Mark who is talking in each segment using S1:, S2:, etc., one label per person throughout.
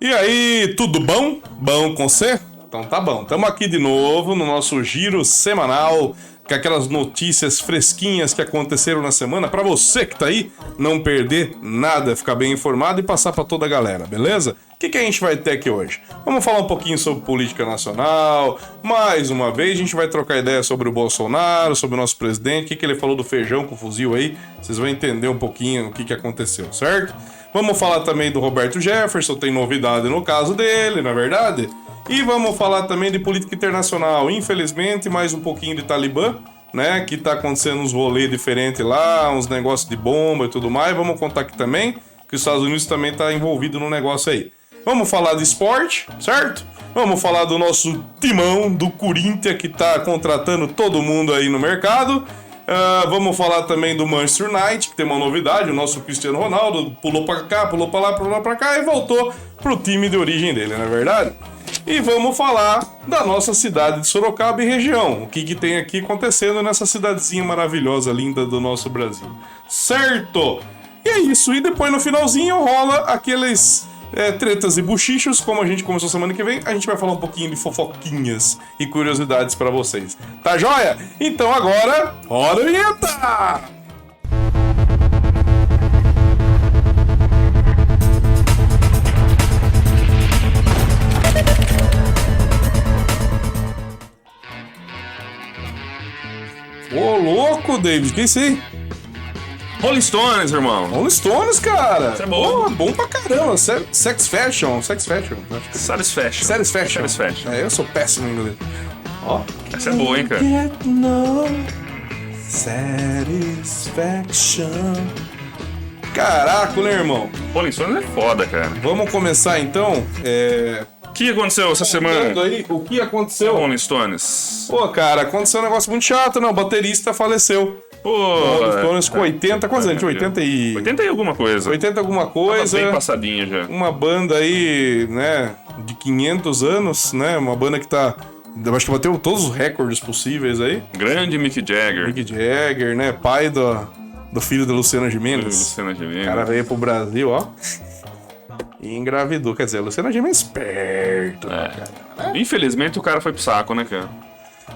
S1: E aí, tudo bom? Bom com você? Então tá bom, estamos aqui de novo no nosso giro semanal com aquelas notícias fresquinhas que aconteceram na semana para você que tá aí não perder nada, ficar bem informado e passar para toda a galera, beleza? O que, que a gente vai ter aqui hoje? Vamos falar um pouquinho sobre política nacional. Mais uma vez, a gente vai trocar ideia sobre o Bolsonaro, sobre o nosso presidente, o que, que ele falou do feijão com fuzil aí. Vocês vão entender um pouquinho o que, que aconteceu, certo? Vamos falar também do Roberto Jefferson, tem novidade no caso dele, na é verdade? E vamos falar também de política internacional. Infelizmente, mais um pouquinho de Talibã, né? Que tá acontecendo uns rolês diferentes lá, uns negócios de bomba e tudo mais. Vamos contar aqui também que os Estados Unidos também tá envolvido no negócio aí. Vamos falar de esporte, certo? Vamos falar do nosso timão do Corinthians que tá contratando todo mundo aí no mercado. Uh, vamos falar também do Manchester United, que tem uma novidade. O nosso Cristiano Ronaldo pulou para cá, pulou para lá, pulou para cá e voltou pro time de origem dele, não é verdade? E vamos falar da nossa cidade de Sorocaba e região. O que, que tem aqui acontecendo nessa cidadezinha maravilhosa, linda do nosso Brasil. Certo? E é isso. E depois no finalzinho rola aqueles é, tretas e buchichos, como a gente começou semana que vem, a gente vai falar um pouquinho de fofoquinhas e curiosidades para vocês. Tá joia? Então agora, roda a vinheta! Ô, louco, David, que é isso aí?
S2: Rolling Stones, irmão.
S1: Rolling Stones, cara.
S2: Isso é bom.
S1: Pô, bom pra caramba. Se- Sex Fashion, Sex Fashion. Acho que- é.
S2: Satisfaction.
S1: Satisfaction.
S2: Satisfaction.
S1: É, eu sou péssimo em inglês. Ó.
S2: Essa é boa, hein, cara?
S1: Get no satisfaction. Caraca, né, irmão?
S2: Rolling Stones é foda, cara.
S1: Vamos começar então. É.
S2: O que aconteceu essa
S1: Vendo
S2: semana?
S1: aí o que aconteceu.
S2: Rolling Stones.
S1: Pô, cara, aconteceu um negócio muito chato, né? O baterista faleceu.
S2: Pô,
S1: Rolling Stones com 80, quantos anos?
S2: é,
S1: 80 e.
S2: 80 e alguma coisa.
S1: 80 alguma coisa.
S2: Tava bem passadinha já.
S1: uma banda aí, né, de 500 anos, né? Uma banda que tá. eu Acho que bateu todos os recordes possíveis aí.
S2: Grande Mick Jagger.
S1: Mick Jagger, né? Pai do, do filho da Luciana Gimenez.
S2: Luciana Gimenez.
S1: O cara veio pro Brasil, ó. E engravidou. Quer dizer, a Luciana Gimenez é esperta. né, cara?
S2: Infelizmente o cara foi pro saco, né, cara?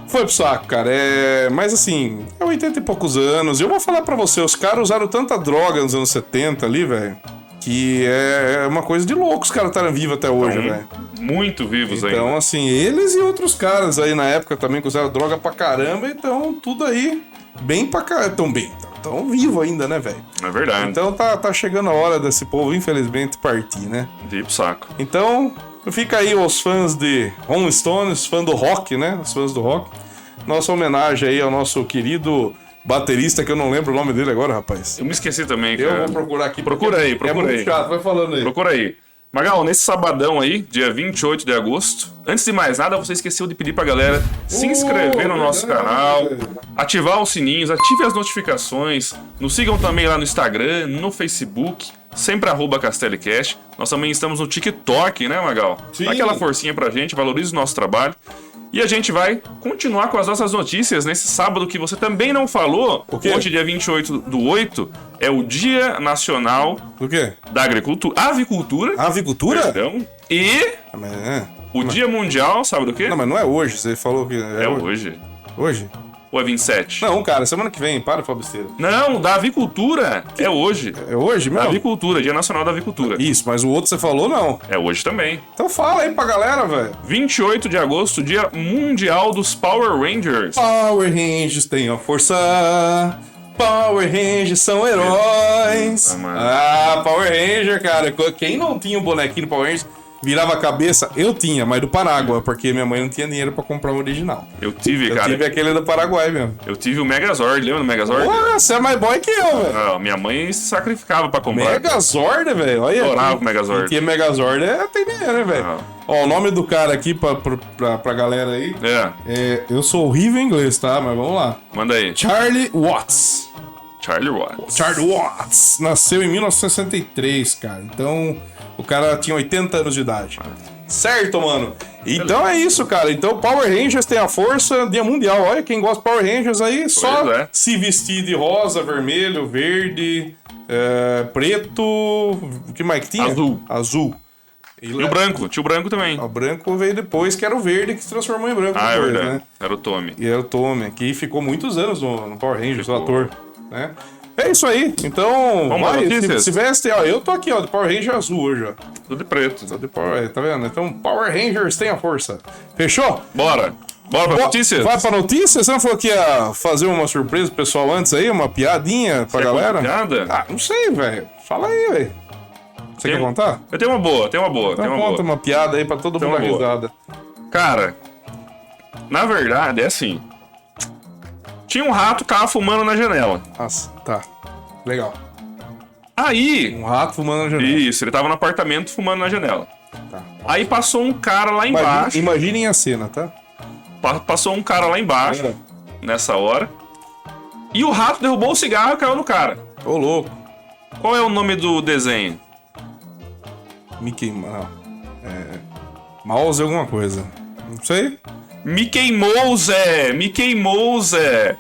S1: Foi pro saco, cara. É... Mas assim, é 80 e poucos anos. E eu vou falar pra você, os caras usaram tanta droga nos anos 70 ali, velho. Que é uma coisa de louco os caras estarem vivos até hoje, velho.
S2: Muito vivos ainda.
S1: É Então, assim, eles e outros caras aí na época também que usaram droga pra caramba, então tudo aí bem pra caramba. Tão bem, tão, tão vivo ainda, né, velho?
S2: É verdade.
S1: Então tá, tá chegando a hora desse povo, infelizmente, partir, né?
S2: De ir pro saco.
S1: Então, fica aí aos fãs de Rolling Stones, fã do rock, né? Os fãs do rock. Nossa homenagem aí ao nosso querido baterista, que eu não lembro o nome dele agora, rapaz.
S2: Eu me esqueci também,
S1: Eu
S2: cara.
S1: vou procurar aqui.
S2: Procura aí,
S1: É
S2: procura
S1: muito
S2: aí.
S1: chato, vai falando aí.
S2: Procura aí. Magal, nesse sabadão aí, dia 28 de agosto, antes de mais nada, você esqueceu de pedir pra galera se
S1: Uh,
S2: inscrever no nosso
S1: verdade.
S2: canal, ativar os sininhos, ative as notificações, nos sigam também lá no Instagram, no Facebook, sempre arroba CastelliCast. Nós também estamos no TikTok, né, Magal?
S1: Sim.
S2: Dá aquela forcinha pra gente, valorize o nosso trabalho. E a gente vai continuar com as nossas notícias nesse sábado que você também não falou.
S1: O quê?
S2: Hoje, dia 28 do 8, é o Dia Nacional
S1: Do quê?
S2: da Agricultura, Avicultura.
S1: Avicultura?
S2: Perdão. E
S1: Ah, mas, é.
S2: o Dia Mundial, sabe do quê?
S1: Não, mas não é hoje, você falou que.
S2: é hoje.
S1: Hoje?
S2: Ou é 27?
S1: Não, cara, semana que vem, para de falar besteira.
S2: Não, da avicultura é hoje.
S1: É hoje
S2: Da
S1: mesmo?
S2: avicultura, Dia Nacional da Avicultura.
S1: Isso, mas o outro você falou não.
S2: É hoje também.
S1: Então fala aí pra galera, velho.
S2: 28 de agosto, Dia Mundial dos Power Rangers.
S1: Power Rangers tem a força. Power Rangers são heróis.
S2: Ah, mano.
S1: Ah, Power Ranger, cara. Quem não tinha um bonequinho do Power Rangers virava a cabeça? Eu tinha, mas do Paraguai, porque minha mãe não tinha dinheiro pra comprar o original.
S2: Eu tive,
S1: Eu
S2: cara.
S1: tive aquele do Paraguai mesmo.
S2: Eu tive o Megazord, lembra do Megazord?
S1: Porra, você é mais boy que eu, velho.
S2: Ah, minha mãe se sacrificava pra comprar.
S1: Megazord, velho. Olha.
S2: Adorava o Megazord.
S1: Porque Megazord é tem dinheiro, né, velho?
S2: Ah.
S1: Ó, o nome do cara aqui pra, pra, pra, pra galera aí.
S2: É,
S1: É, eu sou horrível em inglês, tá? Mas vamos lá.
S2: manda aí.
S1: Charlie Watts.
S2: Charlie Watts.
S1: Charlie Watts nasceu em 1963, cara. Então, o cara tinha 80 anos de idade. Certo, mano. Então é isso, cara. Então Power Rangers tem a força dia mundial. Olha quem gosta de Power Rangers aí, só
S2: é.
S1: se vestir de rosa, vermelho, verde, é, preto, o que mais que tinha?
S2: Azul.
S1: Azul. E, Ah,
S2: E o branco, tinha o branco também.
S1: o branco veio depois, que era o verde que se transformou em branco
S2: Ah, é
S1: depois,
S2: verdade.
S1: né?
S2: Era o Tommy.
S1: E era o Tommy, que ficou muitos anos no, no Power Rangers, o
S2: Ficou.
S1: ator, né? É isso aí, então
S2: Vamos lá,
S1: vai, se,
S2: notícias?
S1: se veste, ó, eu tô aqui, ó, de Power Ranger azul hoje, ó.
S2: Tudo de preto.
S1: Tô de Power, é, tá vendo? Então Power Rangers tem a força. Fechou?
S2: Bora! Bora pra
S1: Bo-
S2: notícias?
S1: Vai pra notícia? Você não falou que ia fazer uma surpresa pro pessoal antes aí? Uma piadinha pra
S2: Quer
S1: galera?
S2: contar Nada?
S1: Ah, não sei, velho. Fala aí, velho. Você
S2: Tem-
S1: quer contar?
S2: Eu tenho uma boa, tenho uma boa,
S1: Então
S2: tenho uma
S1: conta
S2: boa.
S1: uma piada aí pra todo
S2: Tem
S1: mundo dar
S2: uma boa.
S1: risada.
S2: Cara, na verdade é assim. Tinha um rato que tava fumando na janela.
S1: Nossa, tá. Legal.
S2: Aí.
S1: Um rato fumando na janela.
S2: Isso, ele tava no apartamento fumando na janela.
S1: Tá.
S2: Aí passou um cara lá
S1: Imagine-
S2: embaixo.
S1: imaginem a cena, tá?
S2: pa- Passou um cara lá embaixo nessa hora. E o rato derrubou o cigarro e caiu no cara.
S1: Ô, louco.
S2: Qual é o nome do desenho?
S1: Mickey... Não. Ah, É... Mouse alguma coisa. Não sei.
S2: Me queimou, Zé! Me queimou, Zé!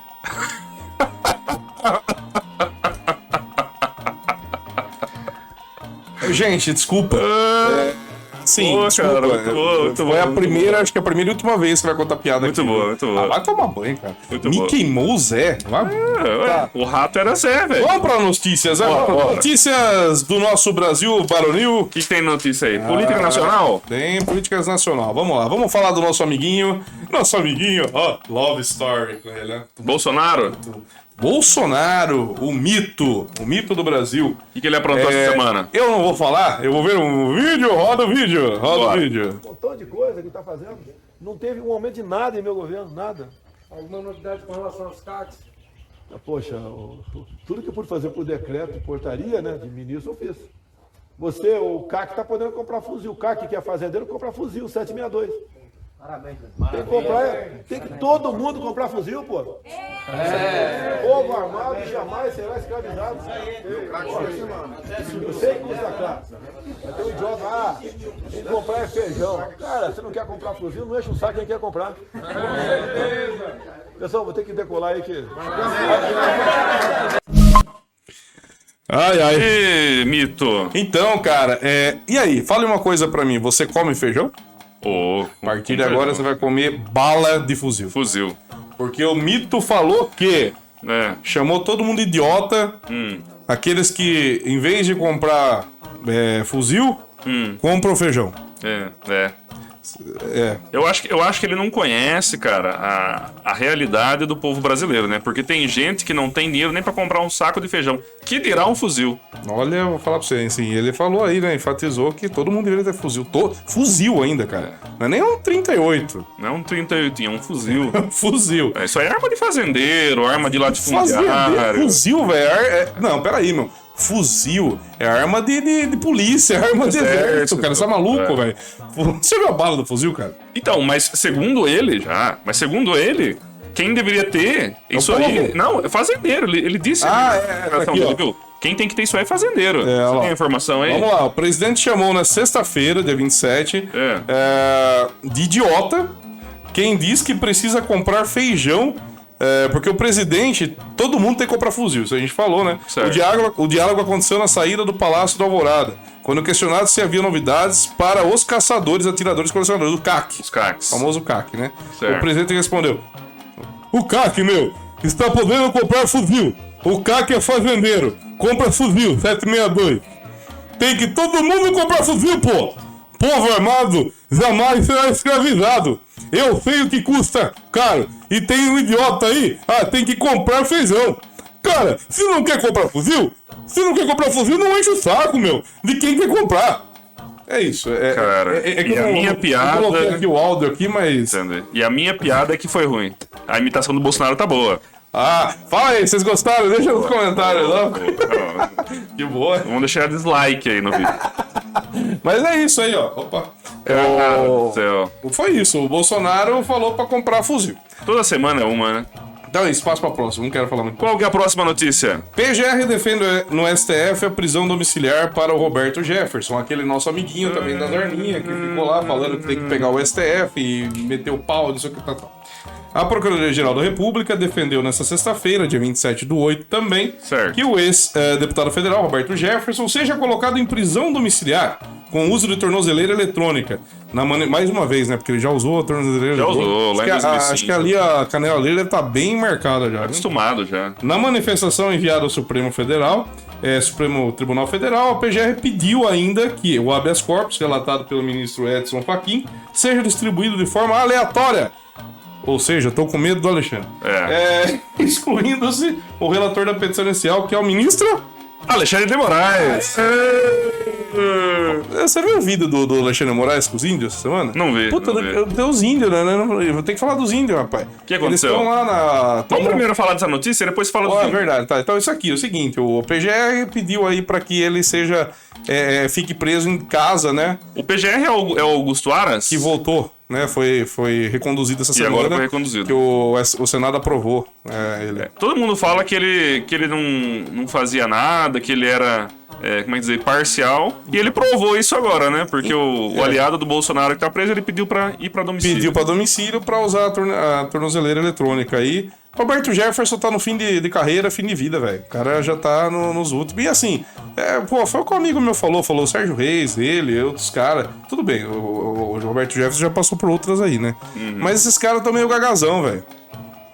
S1: Gente, desculpa. É, Sim,
S2: Ah, Boa,
S1: desculpa. é,
S2: cara, muito boa, muito
S1: Foi
S2: boa,
S1: a
S2: muito
S1: primeira,
S2: boa.
S1: acho que a primeira e última vez que vai contar piada
S2: Muito
S1: aqui.
S2: boa, muito boa.
S1: Ah, vai tomar banho, cara.
S2: Muito
S1: Me
S2: boa.
S1: queimou o Zé. Vai...
S2: É, ué,
S1: Tá.
S2: O rato era Zé, velho. O
S1: Vamos para notícias, né?
S2: Bora, bora.
S1: Notícias do nosso Brasil varonil.
S2: que, que tem notícia
S1: Ah.
S2: aí? Política nacional?
S1: Tem políticas nacional. Vamos lá, vamos falar do nosso amiguinho. Nosso amiguinho, ó, Love Story com ele, né?
S2: Bolsonaro? O
S1: Bolsonaro, o mito, o mito do Brasil.
S2: que, que ele aprontou
S1: É,
S2: essa semana?
S1: Eu não vou falar, eu vou ver um vídeo, roda o vídeo, roda
S2: Bora.
S1: o vídeo.
S3: um montão de coisa que está fazendo. Não teve um aumento de nada em meu governo, nada.
S4: Alguma novidade com relação aos táxis?
S3: Ah, Poxa, o- o- tudo que eu pude fazer por decreto, portaria, né, de ministro, eu fiz. Você, o CAC está podendo comprar fuzil. O CAC, que é fazendeiro, comprar fuzil, 762.
S4: Parabéns.
S3: Tem que comprar, é, tem que todo mundo comprar fuzil, pô. Povo armado jamais será escravizado. Eu sei que usa classe. Mas tem um idiota, ah, tem que comprar é feijão. Cara, você não quer comprar fuzil, não enche o saco quem quer comprar. Pessoal, vou ter que decolar aí que.
S1: Ai, ai.
S2: Ê, mito!
S1: Então, cara, é, e aí, fale uma coisa pra mim, você come feijão?
S2: Ô,
S1: A partir de agora você vai comer bala de fuzil.
S2: um Fuzil.
S1: Porque o mito falou que
S2: É.
S1: chamou todo mundo idiota,
S2: Hum.
S1: aqueles que, em vez de comprar é, fuzil,
S2: Hum.
S1: compram feijão.
S2: É, é.
S1: É,
S2: Eu acho, que, eu acho que ele não conhece, cara, a, a realidade do povo brasileiro, né? Porque tem gente que não tem dinheiro nem pra comprar um saco de feijão. Que dirá um fuzil?
S1: olha, eu vou falar pra você, assim, ele falou aí, né, enfatizou que todo mundo deveria ter fuzil. To- fuzil ainda, cara. Não é nem um 38,
S2: Não é um 38, é um fuzil.
S1: é um fuzil.
S2: É, Isso aí é arma de fazendeiro, arma de
S1: Fazia
S2: latifundiário.
S1: fuzil, velho. é- é- Não, peraí, meu. Fuzil é arma de, de, de polícia, é arma de
S2: Exército,
S1: exército, cara. Você é maluco,
S2: é.
S1: velho. Você viu a bala do fuzil, cara?
S2: Então, mas segundo ele, já, mas segundo ele, quem deveria ter isso
S1: povo.
S2: aí. Não, é fazendeiro. Ele, ele disse
S1: Ah,
S2: ali
S1: é,
S2: na
S1: é, tá
S2: declaração
S1: aqui,
S2: dele,
S1: ó.
S2: viu? Quem tem que ter isso aí é fazendeiro.
S1: É,
S2: Você
S1: ó lá.
S2: tem a informação aí?
S1: Vamos lá, o presidente chamou na sexta-feira, dia 27,
S2: É.
S1: é, de idiota quem diz que precisa comprar feijão. é, porque o presidente, todo mundo tem que comprar fuzil, isso a gente falou, né?
S2: Certo.
S1: O diálogo, o diálogo aconteceu na saída do Palácio do Alvorada, quando questionado se havia novidades para os caçadores, atiradores, colecionadores, o CAC.
S2: Os cacos.
S1: O famoso CAC, né?
S2: Certo.
S1: O presidente respondeu: O CAC, meu, está podendo comprar fuzil. O CAC é fazendeiro. Compra fuzil, 762. Tem que todo mundo comprar fuzil, pô! Povo armado jamais será escravizado. Eu sei o que custa, caro. E tem um idiota aí, ah, tem que comprar feijão. Cara, se não quer comprar fuzil, se não quer comprar fuzil, não enche o saco, meu, de quem quer comprar. É isso, é.
S2: Cara,
S1: é, é que
S2: e a
S1: eu não-
S2: minha
S1: eu
S2: piada-
S1: coloquei aqui o áudio aqui, mas.
S2: Entende? E a minha piada é que foi ruim. A imitação do Bolsonaro tá boa.
S1: Ah, fala aí, vocês gostaram? Deixa nos comentários lá. Que boa.
S2: Vamos deixar dislike aí no vídeo.
S1: Mas é isso aí, ó. Opa.
S2: Cara
S1: É O-
S2: Ah, do céu.
S1: Foi isso, o Bolsonaro falou pra comprar fuzil.
S2: Toda semana é uma, né?
S1: Então é isso, passa pra próxima, não quero falar muito.
S2: Qual que é a próxima notícia?
S1: PGR defende eh, no STF a prisão domiciliar para o Roberto Jefferson, aquele nosso amiguinho também da Zorninha, que ficou lá falando que tem que pegar o STF e meter o pau, não sei o que tá. tal. A Procuradoria-Geral da República defendeu nesta sexta-feira, dia 27 do 8, também,
S2: Certo.
S1: eh, que o ex-deputado federal Roberto Jefferson seja colocado em prisão domiciliar, com o uso de tornozeleira eletrônica. Na mane- Mais uma vez, né? Porque ele já usou a tornozeleira
S2: Já
S1: eletrônica.
S2: usou,
S1: acho
S2: lá em
S1: que, a-
S2: 2005.
S1: acho que ali a canela dele deve estar bem marcada já. né? viu?
S2: Acostumado já.
S1: Na manifestação enviada ao Supremo Federal, eh, Supremo Tribunal Federal, a PGR pediu ainda que o habeas corpus, relatado pelo ministro Edson Fachin, seja distribuído de forma aleatória. Ou seja, estou com medo do Alexandre.
S2: É.
S1: Eh, Excluindo-se o relator da petição inicial, que é o ministro.
S2: Alexandre de
S1: É.
S2: Moraes.
S1: Eh, Você viu o vídeo do, do Alexandre Moraes com os índios essa semana?
S2: Não vi,
S1: Puta,
S2: não
S1: eu-
S2: vi.
S1: eu deu os índios, né? Eu não- Eu vou ter que falar dos índios, rapaz. O
S2: que aconteceu?
S1: Eles estão lá na.
S2: Vamos primeiro falar dessa notícia e depois fala do
S1: Ó, é
S2: filme.
S1: verdade, tá. Então isso aqui, é o seguinte, o PGR pediu aí pra que ele seja é, é, fique preso em casa, né?
S2: O PGR é o, é o Augusto Aras?
S1: Que voltou, né? Foi foi reconduzido essa
S2: E
S1: semana.
S2: agora foi reconduzido.
S1: Que o, o Senado aprovou é, ele.
S2: Todo mundo fala que ele, que ele não, não fazia nada, que ele era, é, como é que dizer, parcial. E ele provou isso agora, né? Porque o, o aliado do Bolsonaro que tá preso, ele pediu pra ir pra domicílio.
S1: É. Pediu pra domicílio pra usar a, torne- a tornozeleira eletrônica aí. Roberto Jefferson tá no fim de, de carreira, fim de vida, velho. O cara já tá no- nos últimos. E assim, é, pô, foi o que um amigo meu falou, falou o Sérgio Reis, ele, outros caras. Tudo bem, o, o- o Roberto Jefferson já passou por outras aí, né?
S2: Uhum.
S1: Mas esses caras tão meio gagazão, velho.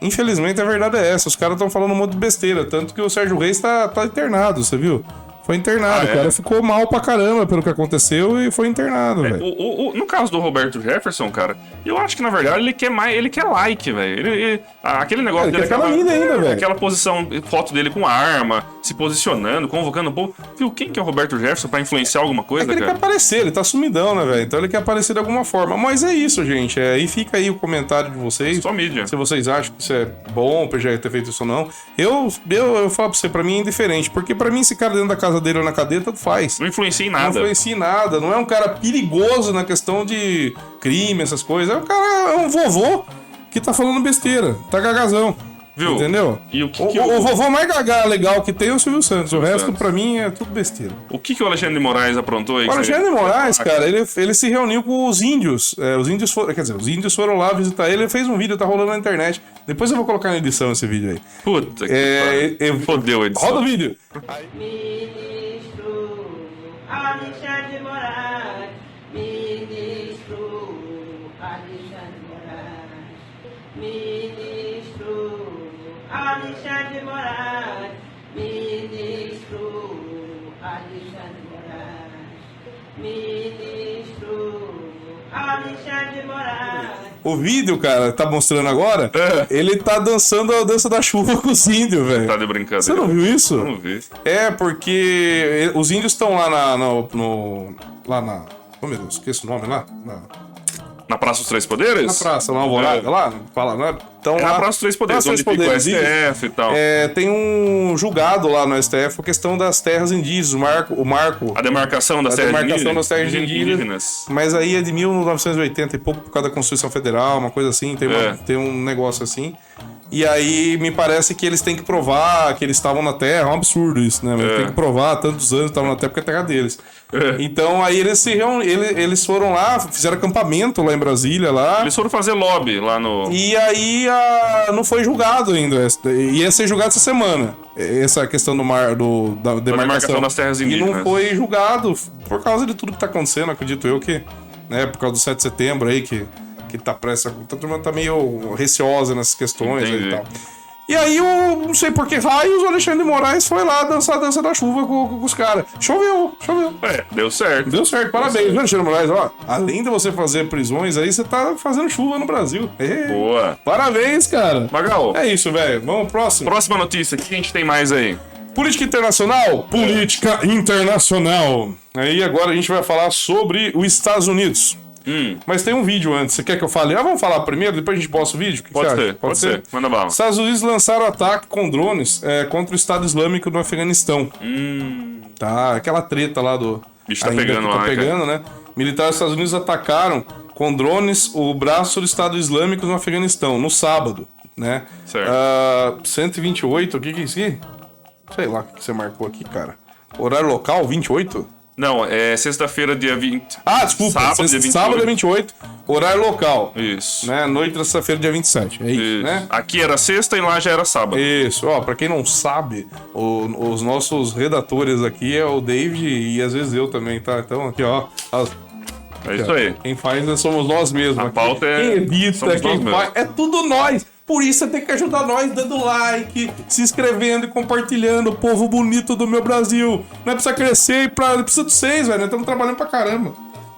S1: Infelizmente a verdade é essa, os caras estão falando um monte de besteira, tanto que o Sérgio Reis tá, tá internado, você viu? Foi internado,
S2: Ah, é?
S1: o cara ficou mal pra caramba pelo que aconteceu e foi
S2: É
S1: internado, velho.
S2: O- o- o- no caso do Roberto Jefferson, cara, eu acho que na verdade ele quer mais, ele quer like, velho. Ele, ele- a- aquele negócio
S1: Ele quer aquela
S2: aquela-
S1: mina ainda, velho.
S2: Aquela posição, foto dele com arma, se posicionando, convocando o povo. Viu, quem que é o Roberto Jefferson pra influenciar alguma
S1: É
S2: coisa,
S1: que ele quer
S2: cara?
S1: aparecer, ele tá sumidão, né, velho? Então ele quer aparecer de alguma forma. Mas é isso, gente. É, e fica aí o comentário de vocês.
S2: Só mídia.
S1: Se vocês acham que isso é bom, o PGR ter feito isso ou não. Eu, eu, eu falo pra você, pra mim é indiferente. Porque pra mim, esse cara dentro da casa dele ou na cadeia, tanto faz.
S2: Não influencia em
S1: Não
S2: nada.
S1: influencia em nada. Não é um cara perigoso na questão de crime, essas coisas. É um cara, é um vovô que tá falando besteira. Tá gagazão.
S2: Viu?
S1: Entendeu?
S2: E o que
S1: o,
S2: que
S1: o-
S2: o-
S1: o vovô mais gagá legal que tem é o Silvio Santos. O resto,
S2: Santos.
S1: pra mim, é tudo besteira.
S2: O que, que o Alexandre de Moraes aprontou aí?
S1: O
S2: que
S1: Alexandre
S2: você-
S1: Moraes, cara, ele, ele se reuniu com os índios. É, os índios foram, quer dizer, os índios foram lá visitar ele, ele fez um vídeo, tá rolando na internet. Depois eu vou colocar na edição esse vídeo aí.
S2: Puta que
S1: É,
S2: pariu.
S1: eu-
S2: Fodeu a edição.
S1: Roda o vídeo.
S5: Ministro Alexandre Moraes, ministro Alexandre Moraes, ministro Alexandre Moraes, ministro Alexandre Moraes, ministro Alexandre Moraes.
S1: O vídeo, cara, tá mostrando agora,
S2: É.
S1: ele tá dançando a dança da chuva com os índios,
S2: Tá
S1: velho.
S2: de brincadeira.
S1: Você não viu isso?
S2: Não vi.
S1: É, porque os índios estão lá na, no, no- Lá na. Oh meu Deus, esqueci o nome lá? Na,
S2: Na Praça dos Três Poderes?
S1: na praça, na Alvorada,
S2: É.
S1: lá, fala, né? Então,
S2: É
S1: lá,
S2: na Praça dos Três Poderes,
S1: Praça
S2: onde
S1: dos
S2: fica o
S1: Poderes, índios.
S2: STF e tal.
S1: É, tem um julgado lá no STF por questão das terras indígenas, o marco, o marco
S2: A demarcação das
S1: a
S2: terras
S1: demarcação das
S2: indígenas.
S1: terras indígenas. Mas aí é de 1980 e pouco por causa da Constituição Federal, uma coisa assim, tem, uma-
S2: É.
S1: tem um negócio assim. E aí me parece que eles têm que provar que eles estavam na terra, é um absurdo isso, né? Mas
S2: É.
S1: Tem que provar tantos anos estavam na terra porque é terra deles.
S2: É.
S1: Então aí eles se reuniram, ele- eles foram lá, fizeram acampamento lá em Brasília lá.
S2: Eles foram fazer lobby lá no.
S1: E aí a- não foi julgado ainda. Ia ser julgado essa semana. Essa questão do mar, do, da demarcação.
S2: demarcação das terras
S1: E
S2: indígenas.
S1: não foi julgado por causa de tudo que tá acontecendo, acredito eu que. Né, por causa do 7 de setembro aí, que, que tá pressa. A turma tá meio receosa nessas questões aí
S2: Entendi.
S1: e tal. E aí, eu não sei por que raios, o Alexandre Moraes foi lá dançar a dança da chuva com, com os caras. Choveu, choveu.
S2: É, deu certo.
S1: Deu certo, parabéns, viu, Alexandre Moraes? Ó, além de você fazer prisões aí, você tá fazendo chuva no Brasil. Ê.
S2: Boa.
S1: Parabéns, cara.
S2: Magal,
S1: É isso, velho. Vamos pro próximo.
S2: próxima notícia, o que a gente tem mais aí?
S1: Política internacional? Política internacional. Aí agora a gente vai falar sobre os Estados Unidos.
S2: Hum.
S1: Mas tem um vídeo antes. Você quer que eu fale? Ah, vamos falar primeiro, depois a gente posta o vídeo? O que
S2: Pode
S1: você acha?
S2: ser, pode ser. Manda bala.
S1: Estados Unidos lançaram ataque com drones eh, contra o Estado Islâmico no Afeganistão. Tá, aquela treta lá do.
S2: Hum. Bicho tá
S1: ainda
S2: pegando
S1: que
S2: lá,
S1: tá
S2: né,
S1: pegando, né? Militares dos Estados Unidos atacaram com drones o braço do Estado Islâmico no Afeganistão, no sábado, né?
S2: Certo.
S1: Ah, 128, o que que é isso aqui? Sei lá o que que você marcou aqui, cara. Horário local, 28?
S2: Não, é sexta-feira, dia 20.
S1: Ah, desculpa,
S2: Sábado,
S1: sexta-
S2: dia 28.
S1: sábado é 28, horário local.
S2: Isso.
S1: Né? Noite, terça-feira, dia 27. É isso,
S2: Isso.
S1: né?
S2: Aqui era sexta e lá já era sábado.
S1: Isso, ó, pra quem não sabe, o- os nossos redatores aqui é o David e às vezes eu também, tá? Então aqui, ó. as-
S2: É isso aí.
S1: Quem faz né, somos nós mesmos.
S2: A
S1: aqui.
S2: pauta é-
S1: Quem edita,
S2: somos
S1: quem
S2: nós
S1: faz. É tudo nós. Por isso você tem que ajudar nós dando like, se inscrevendo e compartilhando. O povo bonito do meu Brasil. Não é precisa crescer e pra... não precisa de vocês, velho. Nós estamos trabalhando pra caramba.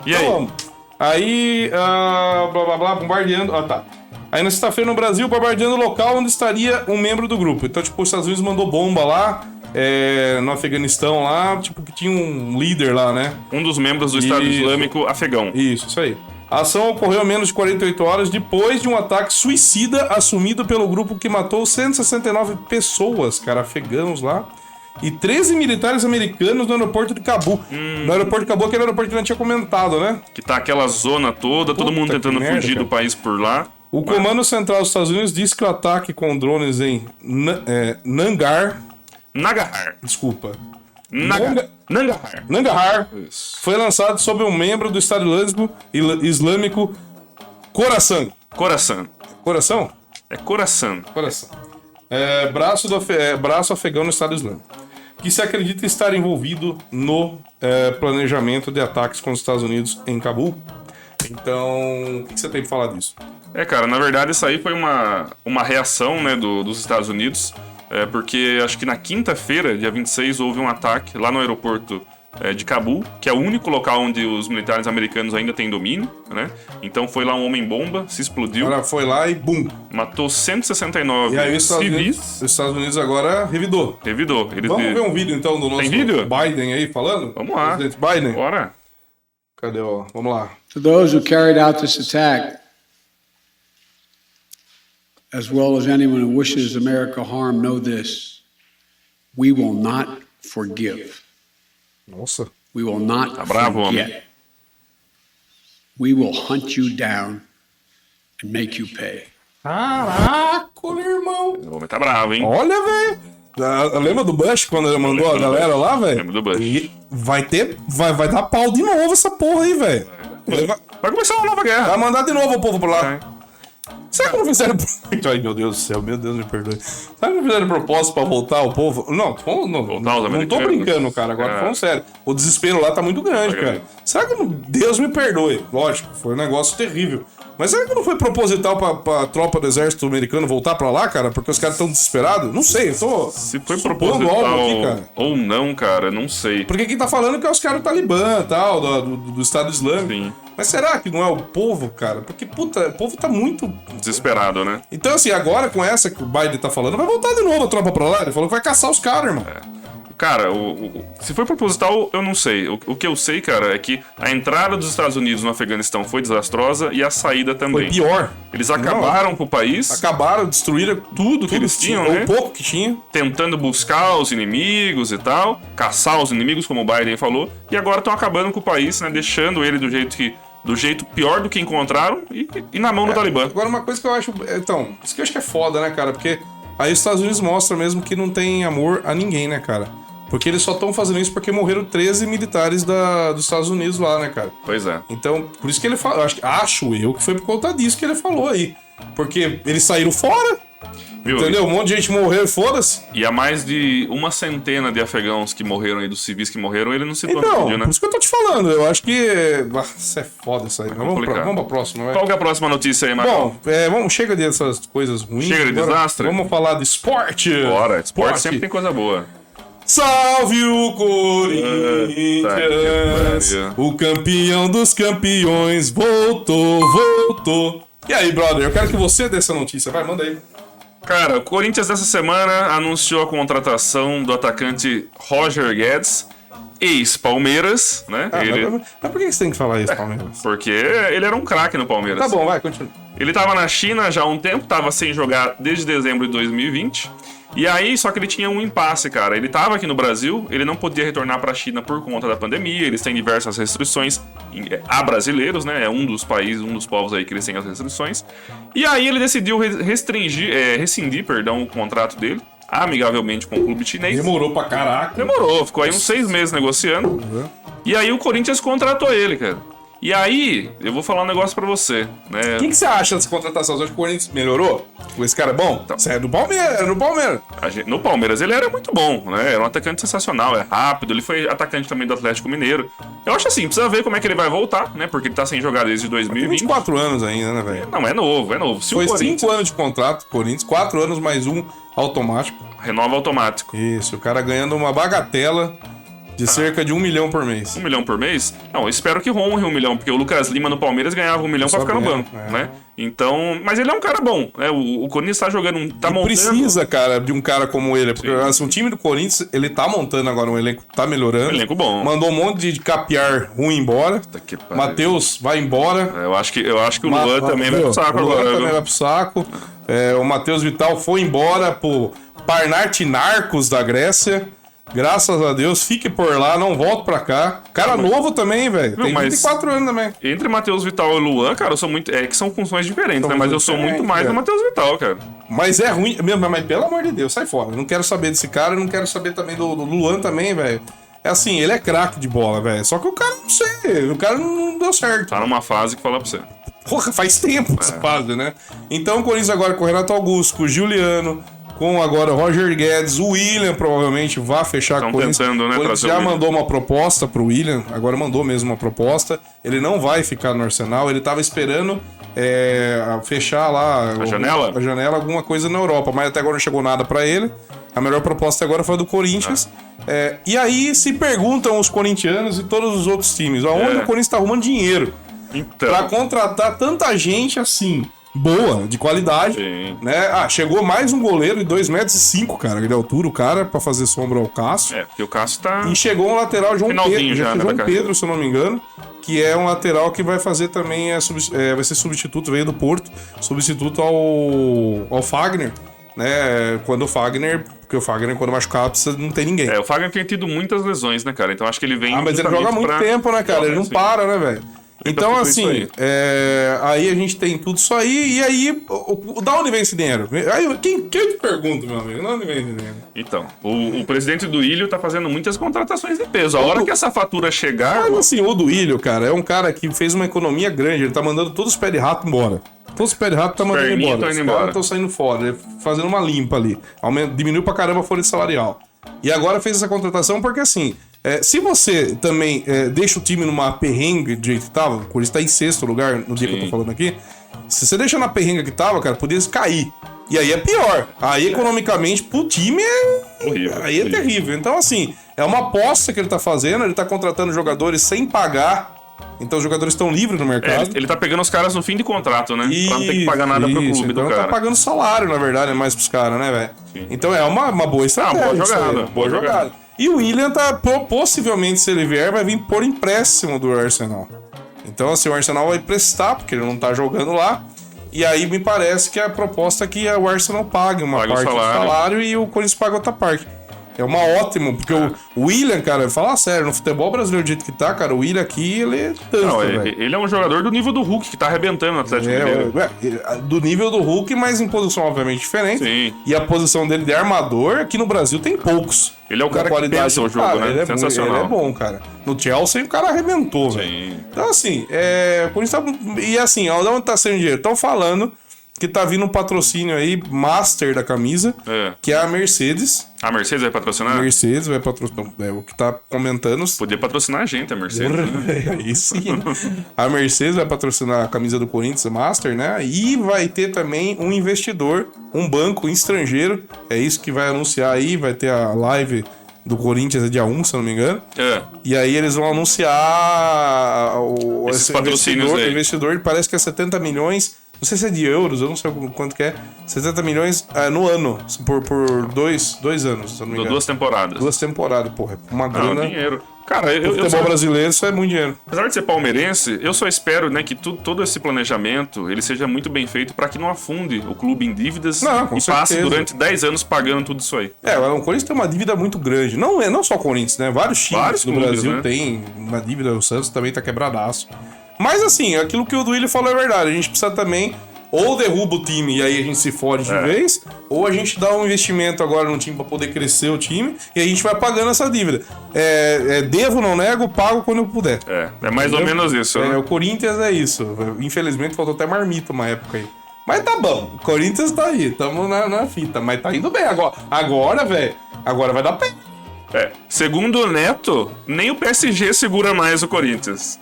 S2: E aí?
S1: vamos. Então, Aí, ah, blá blá blá, bombardeando. Ah, tá. Aí na sexta-feira no Brasil, bombardeando o local onde estaria um membro do grupo. Então, tipo, os Estados Unidos mandou bomba lá, é, no Afeganistão lá, tipo, que tinha um líder lá, né?
S2: Um dos membros do Estado
S1: Isso.
S2: Islâmico afegão.
S1: Isso, isso aí. A ação ocorreu menos de 48 horas depois de um ataque suicida assumido pelo grupo que matou 169 pessoas, cara, afegãos lá. E 13 militares americanos no aeroporto de Cabu.
S2: Hum.
S1: No aeroporto de Cabu, aquele aeroporto que a gente tinha comentado, né?
S2: Que tá aquela zona toda, todo
S1: Puta
S2: mundo tentando
S1: que merda,
S2: fugir
S1: cara.
S2: do país por lá.
S1: O Comando Central dos Estados Unidos disse que o ataque com drones em Na- é, Nangar.
S2: Nagahar.
S1: Desculpa.
S2: Naga...
S1: Nanga-
S2: Nangahar.
S1: Nangarhar
S2: Isso.
S1: foi lançado sob um membro do Estado Islâmico, il- islâmico Coração.
S2: Coração.
S1: Coração?
S2: É coração.
S1: Coração. É, braço, do, afe- é, braço afegão no Estado Islâmico. Que se acredita estar envolvido no é, planejamento de ataques contra os Estados Unidos em Cabul. Então, o que que você tem pra falar disso?
S2: É, cara, na verdade isso aí foi uma, uma reação né, do- dos Estados Unidos, é, porque acho que na quinta-feira, dia 26, houve um ataque lá no aeroporto é, de Cabul, que é o único local onde os militares americanos ainda têm domínio, né? Então foi lá um homem-bomba, se explodiu,
S1: Ela foi lá e bum!
S2: matou 169
S1: E aí os Estados,
S2: civis,
S1: Unidos, os Estados Unidos agora revidou.
S2: revidou. Eles
S1: Vamos
S2: de-
S1: ver um vídeo então do nosso
S2: É. Tem vídeo?
S1: Biden aí falando?
S2: Vamos lá.
S1: Presidente Biden?
S2: Bora.
S1: Cadê, ó? Vamos lá.
S6: to those who carried out this attack, as well as anyone who wishes America harm, know this. We will not forgive.
S1: Nossa.
S6: We will not
S2: bravo, homem.
S6: forget. We will hunt you down and make you pay.
S1: Caraca, meu irmão!
S2: O homem tá bravo, hein?
S1: Olha, velho! Ah, Lembra do Bush quando ele mandou a
S2: Lembro do
S1: galera
S2: Bush.
S1: lá, velho?
S2: Lembro do Bush.
S1: E vai ter. Vai, vai dar pau de novo essa porra aí, velho. Vai, vai
S2: Vai começar uma nova guerra.
S1: mandar de novo o povo pra lá.
S2: Tá.
S1: Será que não fizeram. Ai, meu Deus do céu, meu Deus, me perdoe. Será que não fizeram propósito pra voltar o povo? Não, tô- não,
S2: Voltar
S1: não, não
S2: os
S1: tô
S2: americanos.
S1: brincando, cara. Agora
S2: É.
S1: falando sério. O desespero lá tá muito grande,
S2: Tá
S1: cara.
S2: grande.
S1: Será que não. Deus me perdoe. Lógico, foi um negócio terrível. Mas será que não foi proposital pra, pra tropa do exército americano voltar pra lá, cara? Porque os caras tão desesperados? Não sei, eu tô.
S2: Se foi
S1: supondo
S2: proposital
S1: algo aqui, cara.
S2: ou não, cara, não sei.
S1: Porque quem tá falando que é os caras do Talibã tal, do, do- do Estado Islâmico.
S2: Sim.
S1: Mas será que não é o povo, cara? Porque, puta, o povo tá muito.
S2: Desesperado, né?
S1: Então, assim, agora com essa que o Biden tá falando, vai voltar de novo a tropa pra lá. Ele falou que vai caçar os caras, irmão.
S2: Cara, o- o- o- se foi proposital, eu não sei. O, o que eu sei, cara, é que a entrada dos Estados Unidos no Afeganistão foi desastrosa e a saída
S1: Foi
S2: também.
S1: pior.
S2: Eles acabaram com o país,
S1: Acabaram, destruíram tudo que
S2: Tudo
S1: eles
S2: que
S1: tinham,
S2: tinham,
S1: ou
S2: né?
S1: o pouco que tinha.
S2: tentando buscar os inimigos e tal, caçar os inimigos, como o Biden falou, e agora estão acabando com o país, né? Deixando ele do jeito que. do jeito pior do que encontraram e, e na mão do Talibã.
S1: É. Agora, uma coisa que eu acho. Então, isso que eu acho que é foda, né, cara? Porque aí os Estados Unidos mostram mesmo que não tem amor a ninguém, né, cara? Porque eles só estão fazendo isso porque morreram 13 militares da, dos Estados Unidos lá, né, cara?
S2: Pois é.
S1: Então, por isso que ele falou. Acho, acho eu que foi por conta disso que ele falou aí. Porque eles saíram fora,
S2: Viu?
S1: entendeu? Um monte de gente morreu e foda-se.
S2: E há mais de uma centena de afegãos que morreram aí, dos civis que morreram, ele não citou no
S1: Então,
S2: vídeo, né?
S1: por isso que eu tô te falando. Eu acho que. ah, Isso é foda isso aí. Mas vamos, pra,
S2: complicado.
S1: vamos pra próxima, vai.
S2: Qual que é a próxima notícia aí, Marcão?
S1: Bom, é, vamos, chega dessas coisas ruins.
S2: Chega de
S1: Agora
S2: desastre.
S1: Vamos falar de esporte.
S2: Bora, esporte é sempre tem coisa boa.
S1: Salve o
S2: É, tá
S1: Corinthians!
S2: Puta que pariu.
S1: o campeão dos campeões voltou, voltou. E aí, brother? Eu quero que você dê essa notícia. Vai, manda aí.
S2: Cara, o Corinthians essa semana anunciou a contratação do atacante Roger Guedes, ex-Palmeiras, né?
S1: Ah,
S2: Ele-
S1: mas, mas por que você tem que falar isso, Palmeiras?
S2: Porque ele era um craque no Palmeiras.
S1: Tá bom, vai, continua.
S2: Ele tava na China já há um tempo, tava sem jogar desde dezembro de 2020. E aí, só que ele tinha um impasse, cara. Ele tava aqui no Brasil, ele não podia retornar pra China por conta da pandemia, eles têm diversas restrições em- a brasileiros, né? É um dos países, um dos povos aí que eles têm as restrições. E aí ele decidiu re- restringir, é, rescindir, perdão, o contrato dele, amigavelmente com o clube chinês.
S1: Demorou pra caraca.
S2: Demorou, ficou aí uns seis meses negociando. E aí o Corinthians contratou ele, cara. E aí, eu vou falar um negócio pra você, né?
S1: O que, que você acha dessa contratação? Você acha que o Corinthians melhorou? Esse cara é bom?
S2: Tá.
S1: Você é do Palmeiras, é do Palmeiras.
S2: A gente- no Palmeiras ele era muito bom, né? Era um atacante sensacional, é rápido, ele foi atacante também do Atlético Mineiro. Eu acho assim, precisa ver como é que ele vai voltar, né? Porque ele tá sem jogar desde
S1: Tem
S2: 2020.
S1: 24 anos ainda, né, velho?
S2: Não, é novo, é novo. Se
S1: Foi
S2: o
S1: 5
S2: Corinthians
S1: anos de contrato, Corinthians, 4 anos mais um automático.
S2: renova automático.
S1: Isso, o cara ganhando uma bagatela
S2: Tá.
S1: de cerca de um milhão por mês.
S2: um milhão por mês? Não, eu espero que honre um milhão, porque o Lucas Lima no Palmeiras ganhava um milhão pra
S1: Só
S2: ficar no
S1: ganha,
S2: banco,
S1: é.
S2: né? Então, mas ele é um cara bom, né? O, o Corinthians tá jogando, um- tá montando.
S1: Precisa, cara, de um cara como ele. Porque assim, o time do Corinthians, ele tá montando agora um elenco, tá melhorando.
S2: Um elenco bom.
S1: Mandou um monte de capiar ruim embora.
S2: que pariu. É.
S1: Matheus vai embora.
S2: Eu acho que eu acho que o Luan também vai pro saco
S1: o Luan
S2: agora.
S1: também
S2: viu?
S1: vai pro saco. É, o Matheus Vital foi embora pro Parnartinarcos da Grécia. Graças a Deus, fique por lá, não volte pra cá. Cara novo também, velho. Tem
S2: mas-
S1: 24 anos também.
S2: Entre Matheus Vital e Luan, cara, eu sou muito. É que são funções diferentes,
S1: São
S2: né? Mas eu sou
S1: diferentes, é.
S2: muito mais do
S1: cara.
S2: Matheus Vital, cara.
S1: Mas é ruim. Meu, mas, mas pelo amor de Deus, sai fora. Eu não quero saber desse cara, eu não quero saber também do, do Luan também, velho. É assim, ele é craque de bola, velho. Só que o cara não sei, o cara não deu certo.
S2: Tá numa fase que falar pra você.
S1: Porra, faz tempo que se fase, né? Então o Corinthians agora com o Renato Augusto, com o Juliano, com agora o Roger Guedes, o William provavelmente vai fechar com
S2: Tão
S1: o Corinthians.
S2: pensando, né,
S1: O Corinthians
S2: trazer o
S1: já
S2: Willian.
S1: mandou uma proposta pro William, agora mandou mesmo uma proposta. Ele não vai ficar no Arsenal, ele tava esperando é, a- fechar lá algum-
S2: janela?
S1: a janela, alguma coisa na Europa, mas até agora não chegou nada pra ele. A melhor proposta agora foi a do Corinthians.
S2: Ah.
S1: É, e aí se perguntam os corintianos e todos os outros times, aonde
S2: É.
S1: o Corinthians tá arrumando dinheiro?
S2: Então.
S1: Pra contratar tanta gente assim, boa, de qualidade,
S2: Sim.
S1: né? Ah, chegou mais um goleiro de 2,5 metros, e cinco, cara, de altura, o cara, pra fazer sombra ao Cássio.
S2: É, porque o Cássio tá.
S1: E chegou um lateral João
S2: Finalzinho
S1: Pedro,
S2: já,
S1: já,
S2: né,
S1: João
S2: da carreira.
S1: Pedro, se eu não me engano, que é um lateral que vai fazer também a subs- é, vai ser substituto veio do Porto, substituto ao ao Fagner, né? Quando o Fagner, porque o Fagner quando machucado precisa não tem ninguém.
S2: É, o Fagner tem tido muitas lesões, né, cara? Então acho que ele vem.
S1: Ah, mas ele joga há
S2: justamente
S1: muito
S2: pra-
S1: tempo, né, cara? Ele não
S2: Sim.
S1: para, né, velho? Então,
S2: fica
S1: assim,
S2: isso
S1: aí.
S2: aí.
S1: aí a gente tem tudo isso aí, e aí, o, o, da onde vem esse dinheiro? Aí, quem, quem te pergunta, meu amigo? Da onde vem esse dinheiro?
S2: Então, o, o presidente do Ilho tá fazendo muitas contratações de peso. A hora que essa fatura chegar,
S1: Mas, assim, o Duílio, cara, é um cara que fez uma economia grande, ele tá mandando todos os pés de rato embora. Todos os pés de rato tá mandando
S2: perninhas
S1: embora.
S2: tão
S1: Os
S2: indo
S1: caras
S2: embora.
S1: estão saindo fora, ele fazendo uma limpa ali. Aumenta- Diminuiu pra caramba a folha salarial. E agora fez essa contratação porque, assim, é, se você também é, deixa o time numa perrengue do jeito que tava, o Corinthians tá em sexto lugar no dia que eu tô falando aqui, se você deixa na perrengue que tava, cara, podia cair. E aí é pior. Aí, economicamente, pro time é
S2: Horrível,
S1: Aí é
S2: horrível.
S1: terrível. Então, assim, é uma aposta que ele tá fazendo, ele tá contratando jogadores sem pagar. Então, os jogadores estão livres no
S2: é,
S1: mercado.
S2: ele, ele tá pegando os caras no fim de contrato, né? pra não ter que pagar nada pro
S1: Isso,
S2: clube
S1: então
S2: do
S1: tá
S2: cara.
S1: pagando salário, na verdade, é mais pros caras, né, velho? Então é uma, uma boa estratégia.
S2: Ah, boa
S1: isso aí,
S2: jogada, boa jogada.
S1: E o William tá, po- possivelmente, se ele vier, vai vir por empréstimo do Arsenal. Então, assim, o Arsenal vai prestar, porque ele não tá jogando lá. E aí me parece que a proposta é que o Arsenal pague uma
S2: Paga o
S1: parte
S2: salário.
S1: do salário e o Corinthians paga outra parte. É uma ótima, porque o William, cara, falar sério, no futebol brasileiro do jeito que tá, cara, o William aqui, ele é tanto,
S2: Não,
S1: velho.
S2: ele, ele é um jogador do nível do Hulk, que tá arrebentando no Atlético Mineiro.
S1: É, é, do nível do Hulk, mas em posição obviamente diferente.
S2: Sim.
S1: E a posição dele de armador, aqui no Brasil tem poucos.
S2: Ele é o
S1: Da
S2: cara que
S1: qualidade
S2: pensa o
S1: do
S2: jogo,
S1: cara,
S2: né?
S1: Ele é,
S2: Sensacional.
S1: muito- ele é bom, cara. No Chelsea, o cara arrebentou, velho. Então, assim, é, o Corinthians tá- E assim, ó, de onde tá saindo dinheiro? Estão falando que tá vindo um patrocínio aí, master da camisa,
S2: É. Ah.
S1: que é a Mercedes.
S2: A Mercedes vai patrocinar?
S1: Mercedes vai patrocinar. É o que tá comentando.
S2: Podia patrocinar a gente, a Mercedes.
S1: Aí sim. A Mercedes vai patrocinar a camisa do Corinthians Master, né? E vai ter também um investidor, um banco estrangeiro. É isso que vai anunciar aí. Vai ter a live do Corinthians é dia 1, se eu não me engano.
S2: É.
S1: E aí eles vão anunciar o
S2: Esses
S1: esse
S2: patrocínios
S1: investidor,
S2: aí.
S1: investidor, parece que é 70 milhões. Não sei se é de euros, eu não sei quanto que é. 70 milhões ah, no ano, por, por dois, dois anos, se eu não me
S2: Du-
S1: engano.
S2: Duas
S1: Duas,
S2: temporadas.
S1: temporadas, porra. Uma
S2: Ah,
S1: grana.
S2: dinheiro. Cara, eu, eu,
S1: futebol
S2: sou-
S1: brasileiro, isso é muito dinheiro.
S2: apesar de ser palmeirense, eu só espero né, que tu- todo esse planejamento ele seja muito bem feito pra que não afunde o clube em dívidas
S1: Não, com
S2: e passe
S1: certeza.
S2: durante 10 anos pagando tudo isso aí.
S1: É, o Corinthians tem uma dívida muito grande. Não é não só o Corinthians, né? Vários times
S2: Vários
S1: do
S2: clubes,
S1: Brasil
S2: né?
S1: têm uma dívida. O Santos também tá quebradaço. Mas assim, aquilo que o Duílio falou é verdade. A gente precisa também Ou derruba o time e aí a gente se fode de
S2: É.
S1: vez, ou a gente dá um investimento agora no time pra poder crescer o time e a gente vai pagando essa dívida. É, é, devo, não nego, pago quando eu puder.
S2: É, é mais ou
S1: Entendeu?
S2: menos isso.
S1: É,
S2: né?
S1: o Corinthians é isso. Infelizmente faltou até marmita uma época aí. Mas tá bom, o Corinthians tá aí, tamo na, na fita, mas tá indo bem agora. Agora, velho, agora vai dar pé.
S2: É. Segundo o Neto, nem o PSG segura mais o Corinthians.